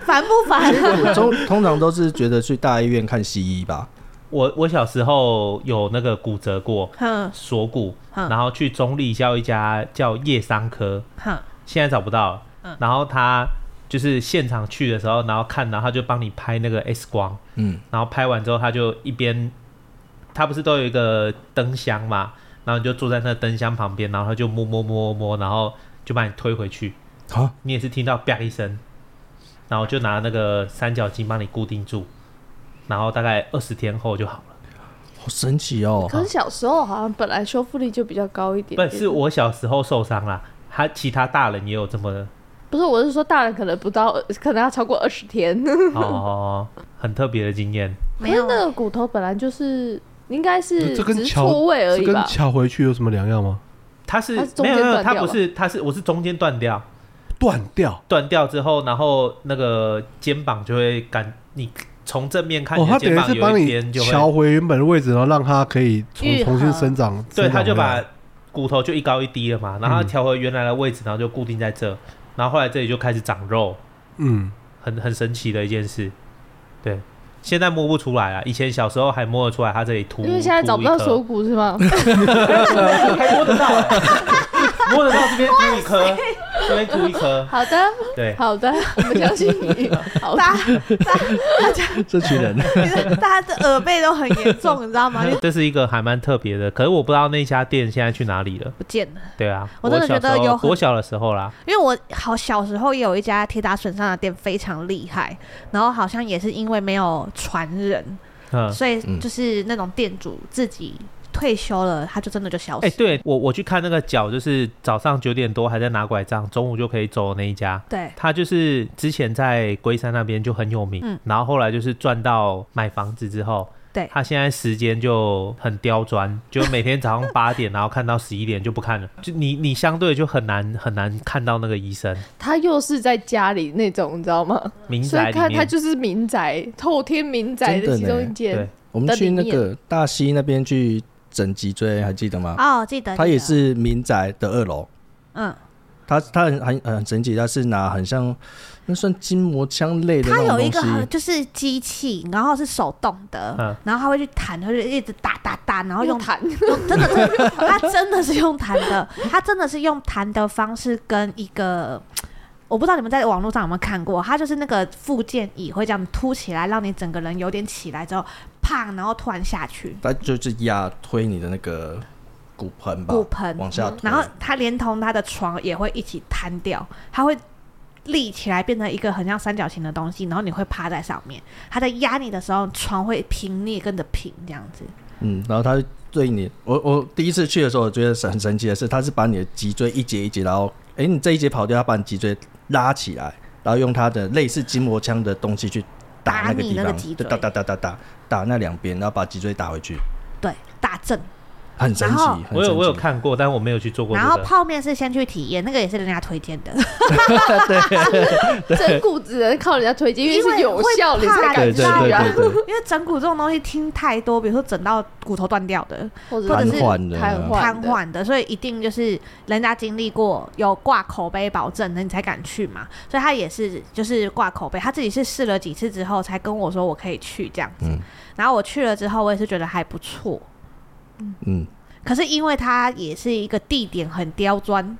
Speaker 2: 烦不烦？啊
Speaker 4: [laughs] 通通常都是觉得去大医院看西医吧。
Speaker 1: 我我小时候有那个骨折过，
Speaker 2: 哼
Speaker 1: 锁骨，
Speaker 2: 嗯
Speaker 1: 然后去中立叫一家叫叶商科，
Speaker 2: 哼，
Speaker 1: 现在找不到了
Speaker 2: 嗯
Speaker 1: 然后他就是现场去的时候，然后看，然后他就帮你拍那个 X 光，
Speaker 4: 嗯，
Speaker 1: 然后拍完之后，他就一边，他不是都有一个灯箱嘛，然后你就坐在那灯箱旁边，然后他就摸摸摸摸，然后就把你推回去，
Speaker 4: 好、
Speaker 1: 你也是听到啪一声，然后就拿那个三角巾帮你固定住，然后大概二十天后就好了。
Speaker 4: 好神奇哦！
Speaker 3: 可是小时候好像本来修复力就比较高一点
Speaker 1: 不
Speaker 3: 点
Speaker 1: 是是我小时候受伤啦，他其他大人也有这么
Speaker 3: 不是，我是说大人可能不到，可能要超过二十天。 [laughs]
Speaker 1: 哦，很特别的经验。
Speaker 2: 没有啊
Speaker 3: 可是那个骨头本来就是应该是
Speaker 5: 这
Speaker 3: 只
Speaker 5: 跟
Speaker 3: 是
Speaker 5: 桥
Speaker 3: 错位而
Speaker 5: 这
Speaker 3: 已
Speaker 5: 跟
Speaker 3: 吧？
Speaker 5: 桥回去有什么两样吗？
Speaker 1: 它是
Speaker 3: 它是中
Speaker 1: 没有
Speaker 3: 间
Speaker 1: 没有，
Speaker 3: 断
Speaker 1: 它
Speaker 3: 掉
Speaker 1: 不
Speaker 3: 吗
Speaker 1: 是，它是我是中间断掉，
Speaker 5: 断掉
Speaker 1: 断掉之后，然后那个肩膀就会感你从正面看，
Speaker 5: 哦，
Speaker 1: 你
Speaker 5: 他
Speaker 1: 的
Speaker 5: 等于
Speaker 1: 肩膀
Speaker 5: 是
Speaker 1: 有
Speaker 5: 帮
Speaker 1: 一
Speaker 5: 你
Speaker 1: 天就
Speaker 5: 桥
Speaker 1: 会，
Speaker 5: 回原本的位置，然后让它可以重
Speaker 2: 愈合
Speaker 5: 重新生长。生
Speaker 1: 对，
Speaker 5: 长
Speaker 1: 他就
Speaker 5: 回来
Speaker 1: 把骨头就一高一低了嘛，然
Speaker 5: 嗯
Speaker 1: 后它调回原来的位置，然后就固定在这，然后后来这里就开始长肉，
Speaker 5: 嗯，
Speaker 1: 很很神奇的一件事，对。现在摸不出来啊了，以前小时候还摸得出来，它这里凸，
Speaker 3: 因为现在找不到
Speaker 1: 凸一颗
Speaker 3: 锁骨是吗？
Speaker 1: 还 [laughs] 摸得到， [laughs] 摸得到这边凸一颗，这边凸一颗，
Speaker 3: [laughs] 好的， [laughs]
Speaker 1: 对，
Speaker 3: 好的，我们相信你。好的，
Speaker 2: 大
Speaker 4: [laughs]
Speaker 2: 家
Speaker 4: 这
Speaker 2: [laughs]
Speaker 4: 群人
Speaker 2: 大家的耳背都很严重，你知道
Speaker 4: [laughs]
Speaker 2: 吗？就
Speaker 1: 这是一个还蛮特别的。可是我不知道那家店现在去哪里了。
Speaker 2: 不见了。
Speaker 1: 对啊，
Speaker 2: 我真的觉得
Speaker 1: 小时候
Speaker 2: 有很
Speaker 1: 我小的时候啦，
Speaker 2: 因为我好小时候也有一家铁打损伤的店非常厉害，然后好像也是因为没有传人，
Speaker 1: 嗯，
Speaker 2: 所以
Speaker 4: 嗯
Speaker 2: 就是那种店主自己退休了，他就真的就消失。
Speaker 1: 哎、对我我去看那个脚，就是早上九点多还在拿拐杖，中午就可以走的那一家。
Speaker 2: 对
Speaker 1: 他就是之前在龟山那边就很有名，
Speaker 2: 嗯
Speaker 1: 然后后来就是赚到买房子之后，
Speaker 2: 对
Speaker 1: 他现在时间就很刁钻，就每天早上八点，然后看到十一点就不看了。就你你相对就很难很难看到那个医生，
Speaker 3: 他又是在家里那种，你知道吗？
Speaker 1: 民
Speaker 3: 所
Speaker 1: 宅
Speaker 3: 以
Speaker 1: 里
Speaker 3: 看他
Speaker 1: 面。
Speaker 3: 就是民宅，透天民宅
Speaker 4: 真的
Speaker 3: 的其中
Speaker 4: 呢
Speaker 3: 一
Speaker 1: 对
Speaker 3: 间。
Speaker 4: 我们去那个大溪那边去整脊椎，还记得吗？
Speaker 1: 啊
Speaker 2: 哦，记得
Speaker 4: 它也，
Speaker 2: 记
Speaker 4: 是民宅的二楼，
Speaker 2: 得嗯，
Speaker 4: 它它很很很神奇，它是拿很像那算筋膜枪类的
Speaker 2: 它
Speaker 4: 那
Speaker 2: 有一
Speaker 4: 种
Speaker 2: 个
Speaker 4: 东
Speaker 2: 很
Speaker 4: 西，
Speaker 2: 就是机器，然后是手动的，
Speaker 1: 嗯
Speaker 2: 然后它会去弹，它就一直打打打，然后用
Speaker 3: 用弹，
Speaker 2: [laughs] 用真的真的，他真的是用弹的，他真的是用弹的方式跟一个。我不知道你们在网络上有没有看过，它就是那个附件椅会这样凸起来，让你整个人有点起来之后，胖，然后突然下去
Speaker 4: 它就是压推你的那个骨盆吧，
Speaker 2: 骨盆，嗯
Speaker 4: 往下推，
Speaker 2: 然后它连同它的床也会一起摊掉，它会立起来变成一个很像三角形的东西，然后你会趴在上面，它在压你的时候，床会平，你也跟着平这样子。
Speaker 4: 嗯，然后它对你，我我第一次去的时候，我觉得很神奇的是，它是把你的脊椎一节一节，然后哎你这一节跑掉，它把你脊椎拉起来，然后用它的类似筋膜枪的东西去打那个
Speaker 2: 打
Speaker 4: 地
Speaker 2: 你那
Speaker 4: 方
Speaker 2: 个脊，
Speaker 4: 就
Speaker 2: 椎
Speaker 4: 打打打打打打那两边，然后把脊椎打回去，
Speaker 2: 对，大正。
Speaker 4: 很神
Speaker 2: 然
Speaker 4: 奇
Speaker 2: 后。
Speaker 4: 很
Speaker 1: 我有
Speaker 4: 神
Speaker 1: 我有
Speaker 4: 奇，
Speaker 1: 看过，但我没有去做过这
Speaker 2: 然后
Speaker 1: 个。
Speaker 2: 泡面是先去体验，那个也是人家推荐的。
Speaker 3: 真骨只能靠人家推荐， [laughs] 因为是有效，
Speaker 2: 因
Speaker 3: 你
Speaker 2: 为会
Speaker 3: 才
Speaker 2: 怕
Speaker 3: 敢
Speaker 4: 对
Speaker 3: 去
Speaker 4: 对对
Speaker 3: 啊
Speaker 4: 对，对，
Speaker 2: 因为整骨这种东西听太多，比如说整到骨头断掉的、
Speaker 3: 或者
Speaker 2: 或者
Speaker 3: 是
Speaker 2: 是
Speaker 4: 瘫痪的
Speaker 3: 瘫痪
Speaker 2: 瘫痪的，所以一定就是人家经历过有挂口碑保证的，你才敢去嘛。所以他也是就是挂口碑，他自己是试了几次之后才跟我说我可以去这样子。
Speaker 4: 嗯
Speaker 2: 然后我去了之后，我也是觉得还不错，
Speaker 4: 嗯，
Speaker 2: 可是因为它也是一个地点很刁钻，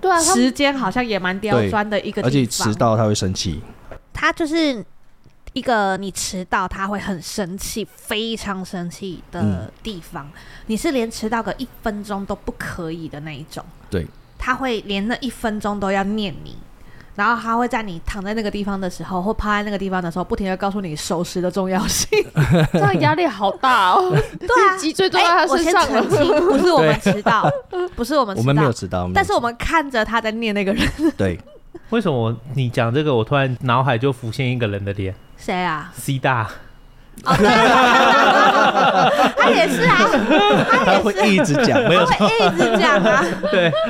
Speaker 3: 对啊，他
Speaker 2: 时
Speaker 3: 们
Speaker 2: 间好像也蛮刁钻的一个地方，
Speaker 4: 而且迟到它会生气，
Speaker 2: 他就是一个你迟到他会很生气，非常生气的地方。你是连迟到个一分钟都不可以的那一种。
Speaker 4: 对，
Speaker 2: 他会连那一分钟都要念你。然后他会在你躺在那个地方的时候，或趴在那个地方的时候，不停的告诉你守时的重要性。
Speaker 3: 这样压力好大
Speaker 4: [laughs]
Speaker 3: 哦，
Speaker 2: 对啊，
Speaker 3: 脊椎都在他
Speaker 2: 哎我
Speaker 3: 身
Speaker 2: 先
Speaker 3: 上
Speaker 2: 澄
Speaker 3: 了。
Speaker 2: 清，不是我们迟到，不是我们
Speaker 4: 我
Speaker 2: 迟
Speaker 4: 们没有
Speaker 2: 到，
Speaker 4: 迟到，没有
Speaker 2: 但是我
Speaker 4: 迟
Speaker 2: 们看着他在念那个人，
Speaker 4: 到对
Speaker 1: 为什么我你讲这个，我突然脑海就浮现一个人的脸
Speaker 2: 谁啊？
Speaker 1: ，C 大。
Speaker 2: 哦，对啊他也是啊，他
Speaker 4: 他
Speaker 2: 也
Speaker 4: 会
Speaker 2: 是
Speaker 4: 一直讲，没有
Speaker 2: 他，会一直讲
Speaker 4: [laughs]
Speaker 2: 啊，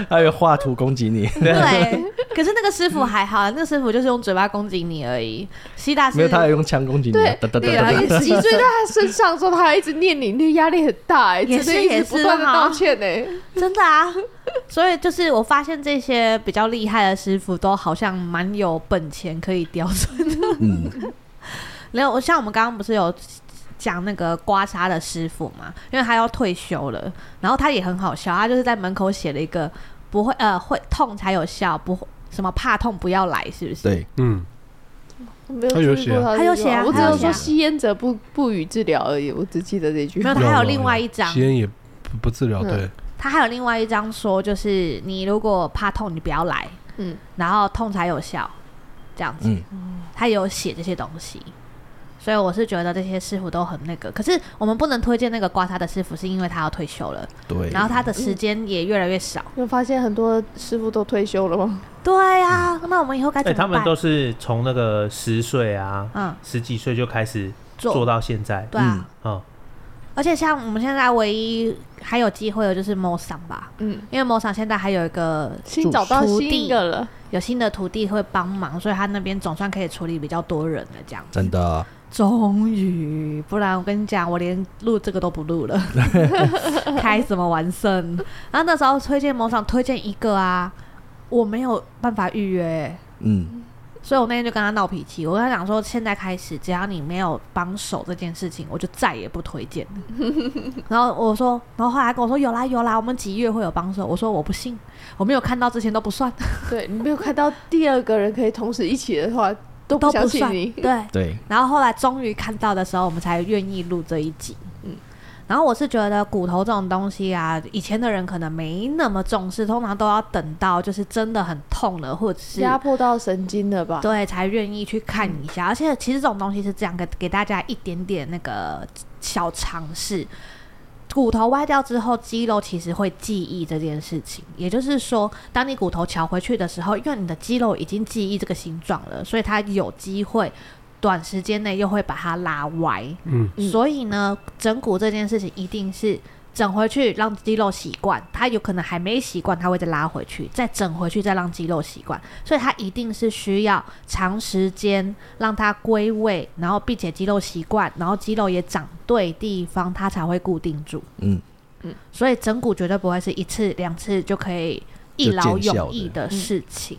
Speaker 4: 他会画图攻击你，
Speaker 2: 对。可是那个师傅还好，那个师傅就是用嘴巴攻击你而已。西大
Speaker 4: 没有，
Speaker 2: 师
Speaker 4: 他还用枪攻击你啊，
Speaker 3: 对
Speaker 4: 哒哒哒
Speaker 3: 对
Speaker 4: 哒
Speaker 3: 啊，
Speaker 4: 哒
Speaker 3: 因为脊椎在他身上的时候，他还一直念你，那压力很大哎，
Speaker 2: 也
Speaker 3: 只
Speaker 2: 是
Speaker 3: 能一直不断的道歉欸呢。
Speaker 2: 真的啊，所以就是我发现这些比较厉害的师傅都好像蛮有本钱可以雕塑。
Speaker 4: 嗯，
Speaker 2: [laughs] 没有，像我们刚刚不是有讲那个刮痧的师傅嘛，因为他要退休了，然后他也很好笑，他就是在门口写了一个不会呃会痛才有效，不会什么怕痛不要来，是不是？
Speaker 4: 对。
Speaker 5: 嗯，
Speaker 3: 没
Speaker 5: 他有
Speaker 3: 有
Speaker 5: 写啊
Speaker 3: 他
Speaker 2: 他有写啊
Speaker 3: 我只
Speaker 4: 他有
Speaker 3: 有
Speaker 4: 写
Speaker 3: 说
Speaker 4: 啊
Speaker 3: 吸烟者不不予治疗而已，我只记得这句
Speaker 2: 没。有，他
Speaker 5: 有
Speaker 2: 还有
Speaker 5: 有
Speaker 2: 另
Speaker 5: 有
Speaker 2: 外一张，
Speaker 5: 吸烟也不不治疗，
Speaker 3: 嗯
Speaker 5: 对，
Speaker 2: 他还有另外一张说，就是你如果怕痛，你不要来，
Speaker 3: 嗯，
Speaker 2: 然后痛才有效，这样子。
Speaker 4: 嗯
Speaker 2: 他有写这些东西，所以我是觉得这些师傅都很那个。可是我们不能推荐那个刮痧的师傅，是因为他要退休了，
Speaker 4: 对，
Speaker 2: 然后他的时间也越来越少。
Speaker 3: 有发现很多师傅都退休了吗？
Speaker 2: 对啊，
Speaker 4: 嗯
Speaker 2: 那我们以后该
Speaker 1: 哎、
Speaker 2: 怎么
Speaker 1: 他
Speaker 2: 办？
Speaker 1: 们都是从那个十岁啊，
Speaker 2: 嗯
Speaker 1: 十几岁就开始
Speaker 2: 做
Speaker 1: 做到现在。
Speaker 2: 对啊，
Speaker 1: 嗯，
Speaker 2: 而且像我们现在唯一还有机会的就是 m o s a 吧，
Speaker 3: 嗯，
Speaker 2: 因为 m o s a 现在还有一个
Speaker 3: 新找到
Speaker 2: 徒
Speaker 3: 新
Speaker 2: 弟
Speaker 3: 一个了，
Speaker 2: 有新的徒弟会帮忙，所以他那边总算可以处理比较多人了，这样
Speaker 4: 真的，啊
Speaker 2: 终于，不然我跟你讲，我连录这个都不录了， [laughs] 开什么玩笑？然后那时候推荐某场推荐一个啊，我没有办法预约，
Speaker 4: 嗯，
Speaker 2: 所以我那天就跟他闹脾气，我跟他讲说，现在开始，只要你没有帮手这件事情，我就再也不推荐了。 [laughs] 然后我说，然后后来他跟我说有啦有啦，我们几月会有帮手？我说我不信，我没有看到之前都不 [laughs] 算，
Speaker 3: 对你没有看到第二个人可以同时一起的话，都不
Speaker 2: 都
Speaker 3: 相
Speaker 2: 不
Speaker 3: 信
Speaker 2: 算，
Speaker 3: 你。
Speaker 2: 对。
Speaker 4: 对，
Speaker 2: 然后后来终于看到的时候，我们才愿意录这一集。嗯，然后我是觉得骨头这种东西啊，以前的人可能没那么重视，通常都要等到就是真的很痛了，或者是
Speaker 3: 压迫到神经了吧？
Speaker 2: 对才愿意去看一下。而且其实这种东西是这样，给给大家一点点那个小尝试。骨头歪掉之后，肌肉其实会记忆这件事情。也就是说，当你骨头翘回去的时候，因为你的肌肉已经记忆这个形状了，所以它有机会短时间内又会把它拉歪。
Speaker 5: 嗯，
Speaker 3: 嗯
Speaker 2: 所以呢，整骨这件事情一定是整回去让肌肉习惯，它有可能还没习惯，它会再拉回去，再整回去，再让肌肉习惯，所以它一定是需要长时间让它归位，然后并且肌肉习惯，然后肌肉也长对地方，它才会固定住。
Speaker 4: 嗯，
Speaker 2: 所以整骨绝对不会是一次两次就可以一劳永逸的事情。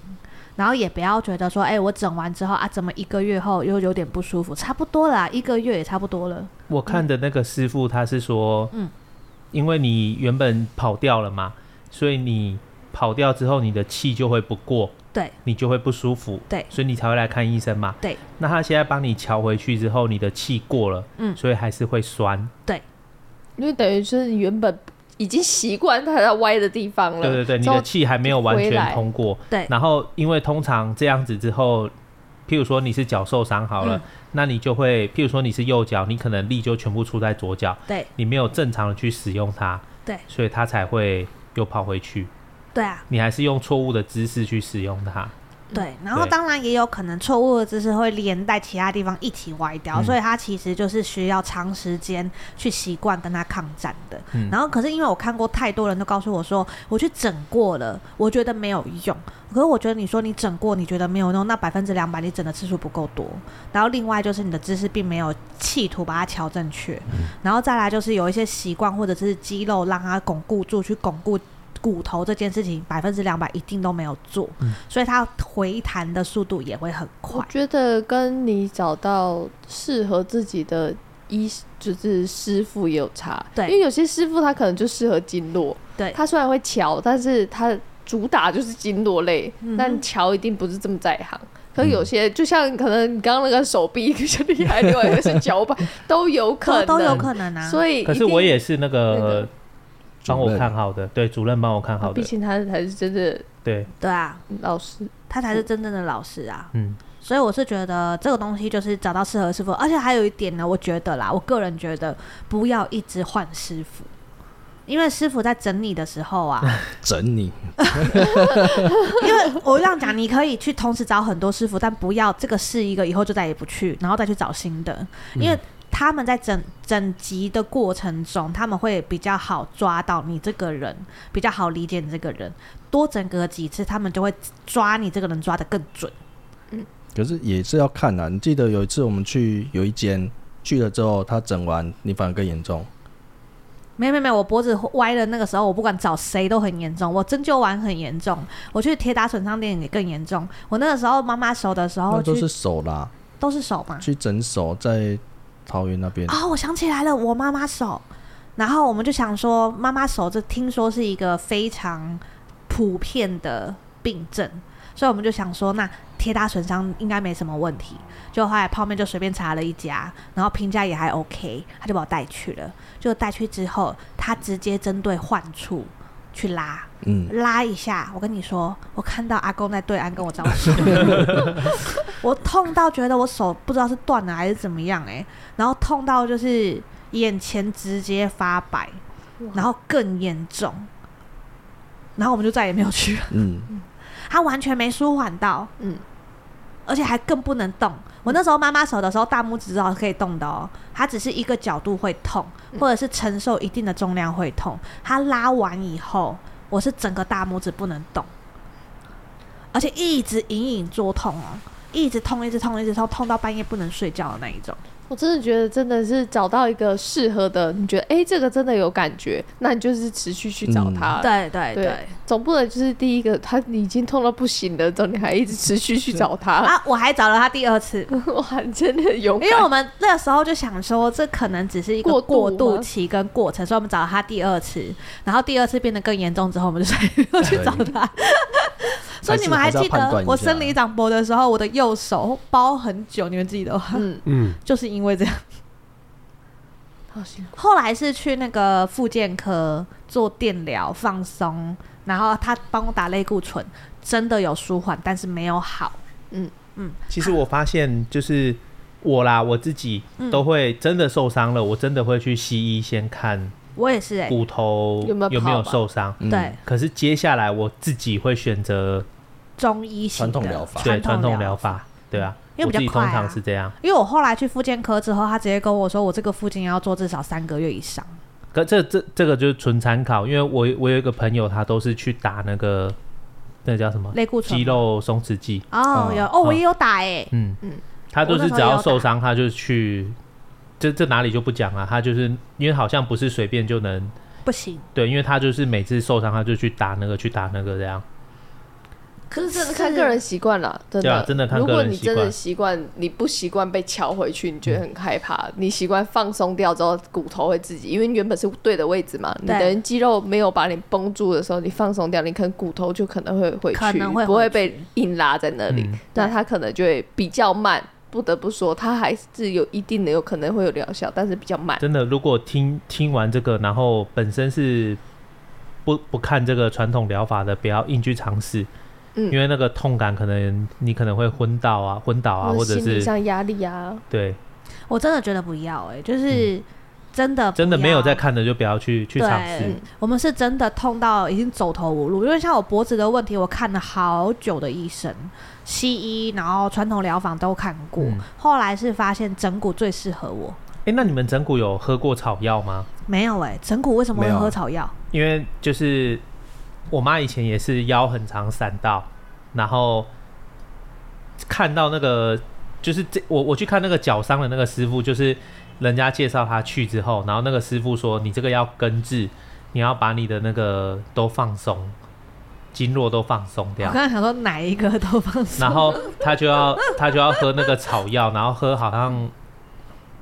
Speaker 2: 然后也不要觉得说，哎、我整完之后啊，怎么一个月后又有点不舒服？差不多啦，一个月也差不多了。
Speaker 1: 我看的那个师傅他是说，
Speaker 2: 嗯
Speaker 1: 因为你原本跑掉了嘛，所以你跑掉之后你的气就会不过，
Speaker 2: 对，
Speaker 1: 你就会不舒服，
Speaker 2: 对
Speaker 1: 所以你才会来看医生嘛，
Speaker 2: 对。
Speaker 1: 那他现在帮你调回去之后，你的气过了，
Speaker 2: 嗯
Speaker 1: 所以还是会酸，
Speaker 3: 因为等于是你原本已经习惯它在歪的地方了，
Speaker 1: 对对对，你
Speaker 3: 之后
Speaker 1: 的气还没有完
Speaker 3: 回
Speaker 1: 全
Speaker 3: 来
Speaker 1: 通过，
Speaker 2: 对
Speaker 1: 然后因为通常这样子之后，譬如说你是脚受伤好了，
Speaker 2: 嗯
Speaker 1: 那你就会，譬如说你是右脚，你可能力就全部出在左脚，
Speaker 2: 对
Speaker 1: 你没有正常的去使用它，
Speaker 2: 对
Speaker 1: 所以它才会又跑回去。
Speaker 2: 对啊，
Speaker 1: 你还是用错误的姿势去使用它。
Speaker 2: 对。然后
Speaker 1: 对
Speaker 2: 当然也有可能错误的姿势会连带其他地方一起歪掉，
Speaker 1: 嗯
Speaker 2: 所以它其实就是需要长时间去习惯跟它抗战的。
Speaker 1: 嗯
Speaker 2: 然后可是因为我看过太多人都告诉我说，我去整过了，我觉得没有用。可是我觉得你说你整过，你觉得没有用，那百分之两百你整的次数不够多。然后另外就是你的姿势并没有企图把它调正确，然后再来就是有一些习惯或者是肌肉让它巩固住，去巩固骨头这件事情，百分之两百一定都没有做，
Speaker 1: 嗯
Speaker 2: 所以它回弹的速度也会很
Speaker 3: 我
Speaker 2: 快。
Speaker 3: 觉得跟你找到适合自己的医，就是师傅也有差。
Speaker 2: 对
Speaker 3: 因为有些师傅他可能就适合经络，
Speaker 2: 对
Speaker 3: 他虽然会瞧，但是他主打就是经络类，
Speaker 2: 嗯哼
Speaker 3: 但瞧一定不是这么在行。
Speaker 1: 嗯
Speaker 3: 可是有些、就像可能你刚刚那个手臂一个是厉害，另外一个是脚
Speaker 2: [laughs]
Speaker 3: 板，都有可
Speaker 2: 都
Speaker 3: 能，
Speaker 2: 都有可能啊，
Speaker 3: 所以
Speaker 1: 可是
Speaker 3: 一定
Speaker 1: 我也是那
Speaker 3: 那
Speaker 1: 个
Speaker 3: 个哦
Speaker 1: 帮我
Speaker 4: 主任
Speaker 1: 看好的，对，主任帮我看好
Speaker 3: 毕
Speaker 1: 的，
Speaker 3: 竟他才是真的
Speaker 1: 对，
Speaker 2: 对啊，
Speaker 3: 老师。
Speaker 2: 他才是真正的老师啊。
Speaker 1: 嗯，
Speaker 2: 所以我是觉得这个东西就是找到适合的师傅，而且还有一点呢，我觉得啦，我个人觉得不要一直换师傅，因为师傅在整理的时候啊，
Speaker 4: 整你，
Speaker 2: 因为我这样讲，你可以去同时找很多师傅，但不要这个试一个以后就再也不去，然后再去找新的，
Speaker 4: 嗯
Speaker 2: 因为他们在整整集的过程中，他们会比较好抓到你这个人，比较好理解你这个人。多整个几次，他们就会抓你这个人抓得更准。
Speaker 4: 可是也是要看啊。你记得有一次我们去有一间去了之后，他整完你反而更严重，
Speaker 2: 没有没有没有，我脖子歪了，那个时候我不管找谁都很严重，我针灸完很严重，我去铁打损伤店也更严重。我那个时候妈妈手的时候
Speaker 4: 那
Speaker 2: 哦去
Speaker 4: 都是手啦，
Speaker 2: 都是手嘛，
Speaker 4: 去整手在桃园那边，
Speaker 2: 啊、我想起来了，我妈妈手。然后我们就想说，妈妈手这听说是一个非常普遍的病症，所以我们就想说，那贴打损伤应该没什么问题。就后来泡面就随便查了一家，然后评价也还 OK，他就把我带去了。就带去之后，他直接针对患处去拉，
Speaker 4: 嗯，
Speaker 2: 拉一下，我跟你说，我看到阿公在对岸跟我招手， [laughs] 我痛到觉得我手不知道是断了还是怎么样哎、然后痛到就是眼前直接发白，然后更严重，然后我们就再也没有去了，
Speaker 4: 嗯，
Speaker 2: 他完全没舒缓到，
Speaker 3: 嗯，
Speaker 2: 而且还更不能动。我那时候妈妈手的时候，大拇指至少可以动的哦，它只是一个角度会痛，
Speaker 3: 嗯
Speaker 2: 或者是承受一定的重量会痛。它拉完以后，我是整个大拇指不能动，而且一直隐隐作痛哦，一直痛，一直痛，一直痛，痛到半夜不能睡觉的那一种。
Speaker 3: 我真的觉得真的是找到一个适合的，你觉得哎、诶这个真的有感觉，那你就是持续去找它。
Speaker 1: 嗯
Speaker 2: 对对
Speaker 3: 啊对
Speaker 2: 对。
Speaker 3: 总不能就是第一个他已经痛到不行了，之后你还一直持续去找他，
Speaker 2: 啊！我还找了他第二次，
Speaker 3: [laughs] 哇，你真的很勇
Speaker 2: 因
Speaker 3: 敢。
Speaker 2: 为我们那时候就想说，这可能只是一个
Speaker 3: 过渡
Speaker 2: 过
Speaker 3: 吗
Speaker 2: 渡期跟过程，所以我们找了他第二次，然后第二次变得更严重之后，我们就 [laughs] 再又去找他。所以你们
Speaker 4: 还
Speaker 2: 记
Speaker 4: 是还是要判
Speaker 2: 得
Speaker 4: 断一下
Speaker 2: 我生理长脖的时候，我的右手包很久，你们记得吗？
Speaker 3: 嗯，
Speaker 5: 嗯，
Speaker 2: 就是因为这样。 [laughs]
Speaker 3: 好辛苦。
Speaker 2: 后来是去那个复健科做电疗放松，然后他帮我打类固醇，真的有舒缓，但是没有好。
Speaker 1: 其实我发现就是我啦，我自己
Speaker 3: 嗯
Speaker 1: 都会真的受伤了，我真的会去西医先看
Speaker 2: 我也是哎、
Speaker 1: 骨头
Speaker 3: 有没有
Speaker 1: 有没有
Speaker 3: 泡吧
Speaker 1: 受伤。
Speaker 4: 嗯
Speaker 2: 对，
Speaker 1: 可是接下来我自己会选择
Speaker 2: 中医型
Speaker 4: 传统
Speaker 2: 的
Speaker 4: 疗法
Speaker 1: 对传统
Speaker 2: 疗
Speaker 1: 疗法，对啊，
Speaker 2: 因为
Speaker 1: 我
Speaker 2: 比较
Speaker 1: 自己通
Speaker 2: 快啊
Speaker 1: 常是这样。
Speaker 2: 因为我后来去复健科之后，他直接跟我说，我这个复健要做至少三个月以上。
Speaker 1: 可这这这个就是纯参考，因为我我有一个朋友，他都是去打那个那个叫什么
Speaker 2: 类固醇
Speaker 1: 肌肉松弛剂，
Speaker 2: 哦，
Speaker 4: 嗯
Speaker 2: 有哦，我
Speaker 1: 嗯
Speaker 2: 也有打哎、
Speaker 1: 嗯
Speaker 3: 嗯
Speaker 1: 他都
Speaker 2: 我那
Speaker 1: 是
Speaker 2: 时候
Speaker 1: 只
Speaker 2: 也
Speaker 1: 要
Speaker 2: 有
Speaker 1: 受
Speaker 2: 打
Speaker 1: 伤他就去，这这哪里就不讲啊了，他就是因为好像不是随便就能
Speaker 2: 不行。
Speaker 1: 对，因为他就是每次受伤他就去打那个去打那个这样，
Speaker 3: 可是真的看个人习惯了，真
Speaker 1: 对啊
Speaker 3: 的。
Speaker 1: 真的看
Speaker 3: 如
Speaker 1: 个
Speaker 3: 果
Speaker 1: 人
Speaker 3: 你
Speaker 1: 习
Speaker 3: 真
Speaker 1: 惯
Speaker 3: 的习惯，你不习惯被敲回去，你觉得很害怕。你习惯放松掉之后，骨头会自己，因为你原本是对的位置嘛，你
Speaker 2: 对
Speaker 3: 等于肌肉没有把你绷住的时候，你放松掉，你可能骨头就可能会回去，
Speaker 2: 可能会回去
Speaker 3: 不会被硬拉在那里。
Speaker 1: 嗯
Speaker 3: 那它可能就会比较慢。不得不说，它还是有一定的有可能会有疗效，但是比较慢。
Speaker 1: 真的，如果听听完这个，然后本身是不不看这个传统疗法的，不要硬去尝试，
Speaker 3: 嗯
Speaker 1: 因为那个痛感可能你可能会昏倒啊，昏倒啊，
Speaker 3: 或
Speaker 1: 或
Speaker 3: 者
Speaker 1: 者
Speaker 3: 心理
Speaker 1: 是
Speaker 3: 上压力啊，
Speaker 1: 对，
Speaker 2: 我真的觉得不要哎、就是、真的
Speaker 1: 嗯真的
Speaker 2: 不
Speaker 1: 没有
Speaker 2: 要
Speaker 1: 在看的就不要去去
Speaker 2: 对
Speaker 1: 尝试
Speaker 3: 嗯。
Speaker 2: 我们是真的痛到已经走投无路，因为像我脖子的问题，我看了好久的医生，西医，然后传统疗法都看过，
Speaker 1: 嗯
Speaker 2: 后来是发现整骨最适合我。
Speaker 1: 哎、那你们整骨有喝过草药吗？
Speaker 2: 没有哎、整骨为什么
Speaker 4: 没
Speaker 2: 会
Speaker 4: 有啊
Speaker 2: 喝草药？
Speaker 1: 因为就是我妈以前也是腰很常闪到，然后看到那个就是这我我去看那个脚伤的那个师傅，就是人家介绍他去之后，然后那个师傅说你这个要根治，你要把你的那个都放松，经络都放松
Speaker 2: 我
Speaker 1: 掉
Speaker 2: 刚。刚想说哪一个都放松，
Speaker 1: 然后他就要他就要喝那个草药，然后喝好像不知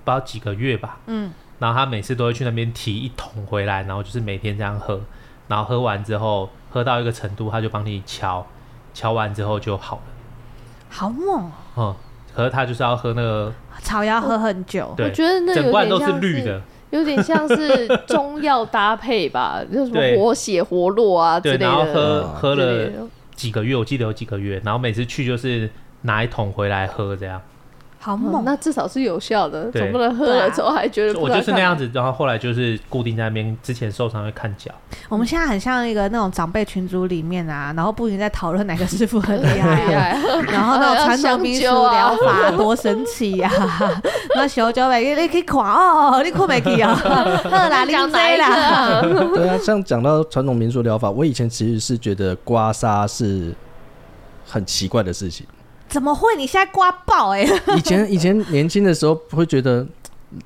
Speaker 1: 道几个月吧，
Speaker 2: 嗯，
Speaker 1: 然后他每次都会去那边提一桶回来，然后就是每天这样喝，然后喝完之后喝到一个程度，他就帮你敲，敲完之后就好了。
Speaker 2: 好猛哦、
Speaker 1: 嗯，可是他就是要喝那个，
Speaker 2: 草药喝很久，
Speaker 3: 我
Speaker 1: 对，
Speaker 3: 觉得那有
Speaker 1: 整罐
Speaker 3: 点
Speaker 1: 都
Speaker 3: 像
Speaker 1: 是绿的，
Speaker 3: 有点像是中药搭配吧， [laughs] 就什么
Speaker 1: 对
Speaker 3: 活血活络啊之
Speaker 1: 对，
Speaker 3: 类
Speaker 1: 然后
Speaker 3: 的。
Speaker 1: 喝
Speaker 4: 嗯
Speaker 1: 喝
Speaker 3: 之类
Speaker 1: 了
Speaker 3: 的
Speaker 1: 几个月，我记得有几个月，然后每次去就是拿一桶回来喝这样，
Speaker 2: 好
Speaker 3: 哦
Speaker 2: 猛。
Speaker 3: 那至少是有效的，
Speaker 1: 对
Speaker 3: 总不能喝
Speaker 2: 对啊
Speaker 3: 了之后还觉得不
Speaker 1: 我
Speaker 3: 知道
Speaker 1: 就是那
Speaker 3: 干嘛
Speaker 1: 样。子，然后后来就是固定在那边，之前受伤会看脚，
Speaker 2: 我们现在很像一个那种长辈群组里面啊，然后不停在讨论哪个师傅很厉 [laughs]
Speaker 3: 厉
Speaker 2: 害，啊
Speaker 3: 害， [laughs]
Speaker 2: 然后那种传统民俗疗
Speaker 3: 要
Speaker 2: 法多神奇呀、啊！ [laughs] 那小九妹，你你去看哦，你看没去 [laughs] 啊？好啦，你
Speaker 3: 讲哪
Speaker 2: 知
Speaker 3: 一个
Speaker 2: 啦。
Speaker 3: 啊？
Speaker 4: 对啊，像讲到传统民俗疗法，我以前其实是觉得刮痧是很奇怪的
Speaker 2: [laughs]
Speaker 4: 事情。
Speaker 2: 怎么会？你现在刮爆哎、
Speaker 4: 以前以前年轻的时候会觉得，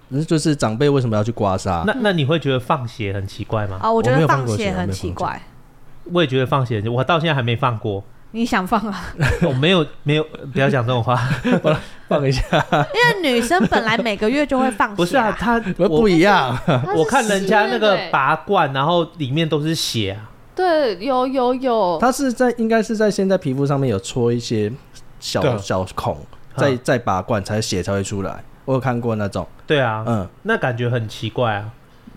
Speaker 4: 嗯就是长辈为什么要去刮痧？
Speaker 1: 那那你会觉得放血很奇怪吗？
Speaker 2: 啊，我觉
Speaker 4: 我没
Speaker 2: 得
Speaker 4: 有
Speaker 2: 放
Speaker 4: 放过
Speaker 2: 血
Speaker 4: 血
Speaker 2: 很
Speaker 4: 我没有
Speaker 2: 奇
Speaker 4: 放
Speaker 2: 怪，
Speaker 1: 我也觉得放血，我到现在还没放过，
Speaker 2: 你想放啊？
Speaker 1: 我没有没有，不要讲这种话，
Speaker 4: 放一下，
Speaker 2: [laughs] 因为女生本来每个月就会放血、
Speaker 1: 不是啊，他
Speaker 4: 不
Speaker 1: 我
Speaker 4: [laughs] 不一样。
Speaker 1: [laughs] 我看人家那个
Speaker 3: 把，
Speaker 1: 拔罐，然后里面都是血啊，
Speaker 3: 对，有有有，
Speaker 1: [laughs]
Speaker 4: 它是在应该是在现在皮肤上面有戳一些小
Speaker 5: 对
Speaker 4: 小孔，再再拔罐才血才会出来。我有看过那种，
Speaker 1: 对啊，
Speaker 4: 嗯，
Speaker 1: 那感觉很奇怪啊。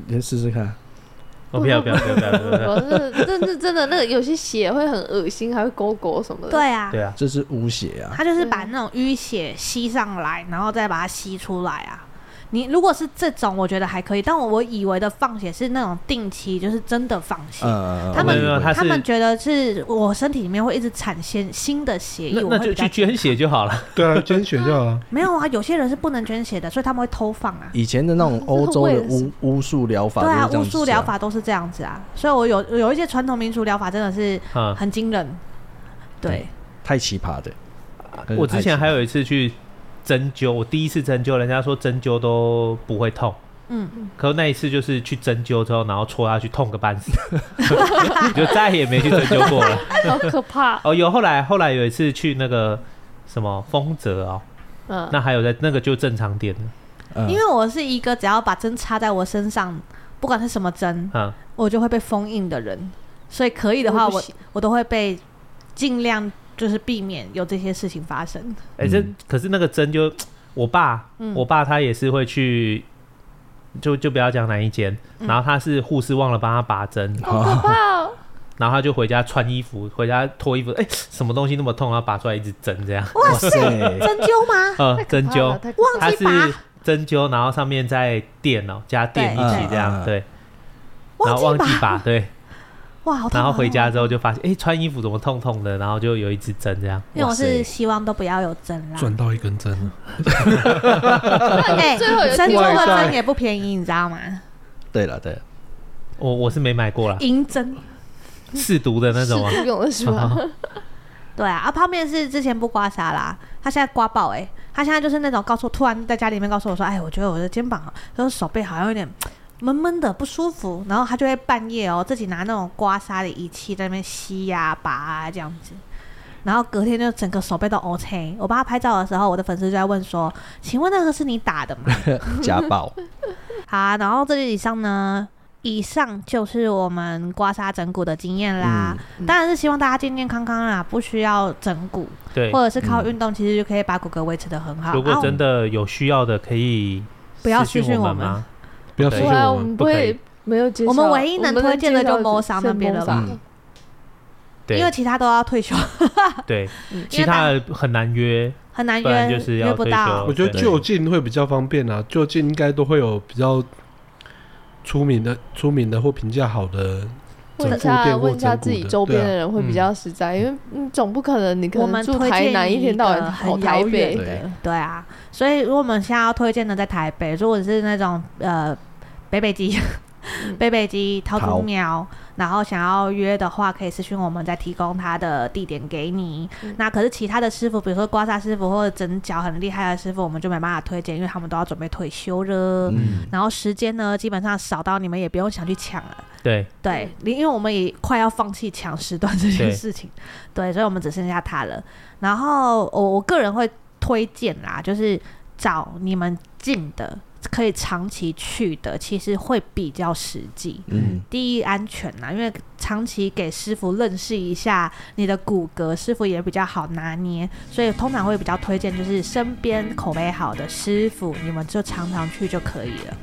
Speaker 4: 你先试试看。
Speaker 1: 我不要不要不要不要不要不要，
Speaker 3: 我是真的真的那个有些血会很恶心，还会勾勾什么的。
Speaker 2: 对啊，
Speaker 1: 对啊，
Speaker 4: 这是污血啊！
Speaker 2: 他就是把那种淤血吸上来，然后再把它吸出来啊。你如果是这种，我觉得还可以，但我我以为的放血是那种定期，就是真的放血。
Speaker 4: 呃，
Speaker 2: 他
Speaker 1: 没有没有
Speaker 4: 我以为
Speaker 1: 他
Speaker 2: 他们
Speaker 1: 是
Speaker 2: 觉得是我身体里面会一直产生新的血
Speaker 1: 那
Speaker 2: 液，我
Speaker 1: 那
Speaker 2: 会
Speaker 1: 就
Speaker 2: 比较
Speaker 1: 去捐血就好了。
Speaker 5: 对啊， [laughs] 捐血就好啊。
Speaker 2: 没有啊，有些人是不能捐血的，所以他们会偷放啊。
Speaker 4: 以前的那种欧洲的巫巫术疗法
Speaker 2: 对啊，
Speaker 4: 就是这
Speaker 2: 巫术
Speaker 4: 样子啊，
Speaker 2: 疗法都是这样子啊，所以我有有一些传统民俗疗法真的是
Speaker 1: 嗯，
Speaker 2: 很惊人。对，
Speaker 4: 太奇葩的。
Speaker 1: 我之前还
Speaker 4: 有
Speaker 1: 有一次去针灸，我第一次针灸，人家说针灸都不会痛。
Speaker 2: 嗯，
Speaker 1: 可是那一次就是去针灸之后，然后戳下去痛个半死，就再也没去针灸过了。
Speaker 3: 好可怕。
Speaker 1: 哦，有后来后来有一次去那个什么丰泽哦，
Speaker 3: 嗯，
Speaker 1: 那还有在那个就正常点的，
Speaker 4: 嗯
Speaker 2: 因为我是一个只要把针插在我身上，不管是什么针，
Speaker 1: 嗯，
Speaker 2: 我就会被封印的人，所以可以的话，
Speaker 3: 我不
Speaker 2: 我
Speaker 3: 行
Speaker 2: 我都会被尽量就是避免有这些事情发生。
Speaker 1: 哎、这
Speaker 4: 嗯
Speaker 1: 可是那个针就我爸，
Speaker 2: 嗯
Speaker 1: 我爸他也是会去，就就不要讲哪一间，
Speaker 2: 嗯
Speaker 1: 然后他是护士忘了帮他拔针，
Speaker 3: 好可怕哦！
Speaker 1: 然后他就回家穿衣服，回家脱衣服，哎、什么东西那么痛，然后拔出来一支针这样，
Speaker 2: 哇塞，
Speaker 4: 塞
Speaker 2: 针灸吗？
Speaker 1: 呃，针灸，
Speaker 3: 太可
Speaker 2: 忘
Speaker 1: 他
Speaker 2: 记
Speaker 1: 是
Speaker 2: 拔，
Speaker 1: 针灸，然后上面再电哦，加电一
Speaker 2: 对
Speaker 1: 起
Speaker 2: 对
Speaker 1: 这
Speaker 4: 嗯
Speaker 1: 样，对， [laughs] 然后
Speaker 2: 忘
Speaker 1: 忘记
Speaker 2: 记拔，
Speaker 1: 拔，对，
Speaker 2: 哇，好哦痛！啊
Speaker 1: 然后回
Speaker 2: 好
Speaker 1: 家
Speaker 2: 痛，
Speaker 1: 之后就发现，哎、穿衣服怎么痛痛的，然后就有一支针这样，
Speaker 2: 因为我
Speaker 4: 哇
Speaker 2: 是
Speaker 4: 塞
Speaker 2: 希望都不要有针啦。
Speaker 5: 到一根针了，
Speaker 2: [laughs] 哎，
Speaker 3: 最后有
Speaker 2: 针
Speaker 3: 另
Speaker 2: 灸
Speaker 3: 外
Speaker 2: 的
Speaker 3: 一
Speaker 2: 针也不便宜，你知道吗？
Speaker 4: 对了对了，
Speaker 1: 我我是没买过啦，
Speaker 2: 银针。
Speaker 1: 试毒的那种啊
Speaker 3: 是，用的是吧？
Speaker 2: 对啊，啊泡面是之前不刮痧啦，他现在刮爆哎、他现在就是那种告诉，突然在家里面告诉我说，哎，我觉得我的肩膀和手背好像有点闷闷的不舒服，然后他就会半夜哦自己拿那种刮痧的仪器在那边吸呀、拔啊这样子。然后隔天就整个手背都 OK。我帮他拍照的时候，我的粉丝就在问说：“请问那个是你打的吗？” [laughs]
Speaker 4: 家暴
Speaker 2: 好啊、然后这以上呢，以上就是我们刮痧整骨的经验啦。当然是希望大家健健康康啦，不需要整骨，
Speaker 1: 对。
Speaker 2: 或者是靠运动，其实就可以把骨骼维持的很好。
Speaker 1: 如果
Speaker 2: 啊
Speaker 1: 真的有需要的，可以
Speaker 2: 不要
Speaker 1: 私
Speaker 2: 私讯
Speaker 1: 讯我
Speaker 2: 我们
Speaker 1: 吗？
Speaker 5: 不要
Speaker 1: [laughs] 对
Speaker 5: 私
Speaker 3: 不
Speaker 5: 信
Speaker 3: 然我
Speaker 5: 我们。
Speaker 3: 们
Speaker 1: 不可以
Speaker 3: 会没有介绍。
Speaker 2: 我们唯一能推荐的就谋杀那边了吧
Speaker 3: 嗯
Speaker 1: 对
Speaker 2: 因为其他都要退
Speaker 1: [laughs]
Speaker 2: 休，
Speaker 1: 对，
Speaker 3: 嗯
Speaker 1: 其他的很难约，
Speaker 2: 很难
Speaker 1: 不然
Speaker 2: 约，
Speaker 1: 就是要
Speaker 2: 约不
Speaker 1: 退
Speaker 2: 到
Speaker 1: 休。
Speaker 5: 我觉得
Speaker 1: 对
Speaker 5: 就近会比较方便啊，就近应该都会有比较出名的、出名的或评价好的整
Speaker 3: 问一
Speaker 5: 复店
Speaker 3: 下，问
Speaker 5: 或
Speaker 3: 一
Speaker 5: 嗯
Speaker 3: 下
Speaker 5: 整
Speaker 3: 自己
Speaker 5: 骨的。
Speaker 3: 周边的
Speaker 5: 对啊，
Speaker 3: 人会比较实在，因为你总不可能你可
Speaker 2: 我
Speaker 3: 能
Speaker 2: 们
Speaker 3: 住
Speaker 2: 推
Speaker 3: 台
Speaker 2: 荐
Speaker 3: 南一
Speaker 2: 一
Speaker 3: 天到
Speaker 2: 个
Speaker 3: 晚跑
Speaker 2: 很
Speaker 3: 台
Speaker 2: 遥
Speaker 3: 北
Speaker 2: 远
Speaker 3: 的，
Speaker 2: 对啊，所以如果我们现在要推荐的在台北，如果是那种呃北北基、北北基、桃
Speaker 4: 嗯桃
Speaker 2: 竹苗，然后想要约的话，可以私讯我们，再提供他的地点给你。
Speaker 3: 嗯
Speaker 2: 那可是其他的师傅，比如说刮痧师傅或者整脚很厉害的师傅，我们就没办法推荐，因为他们都要准备退休了。
Speaker 4: 嗯
Speaker 2: 然后时间呢，基本上少到你们也不用想去抢了。
Speaker 1: 对，
Speaker 2: 对，因为我们也快要放弃抢时段这件
Speaker 1: 对
Speaker 2: 事情，对，所以我们只剩下他了。然后我我个人会推荐啦，就是找你们近的，可以长期去的，其实会比较实际。
Speaker 4: 嗯，
Speaker 2: 第一安全啦，因为长期给师傅认识一下你的骨骼，师傅也比较好拿捏，所以通常会比较推荐就是身边口碑好的师傅，你们就常常去就可以了。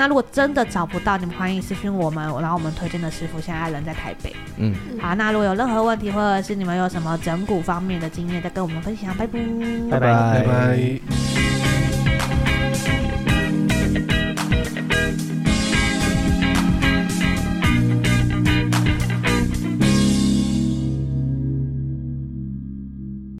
Speaker 2: 那如果真的找不到，你们欢迎私讯我们，然后我们推荐的师傅现在人在台北。
Speaker 4: 嗯，
Speaker 2: 好，那如果有任何问题，或者是你们有什么整骨方面的经验，再跟我们分享，拜拜
Speaker 1: 拜
Speaker 5: 啊拜
Speaker 4: 拜
Speaker 5: 拜。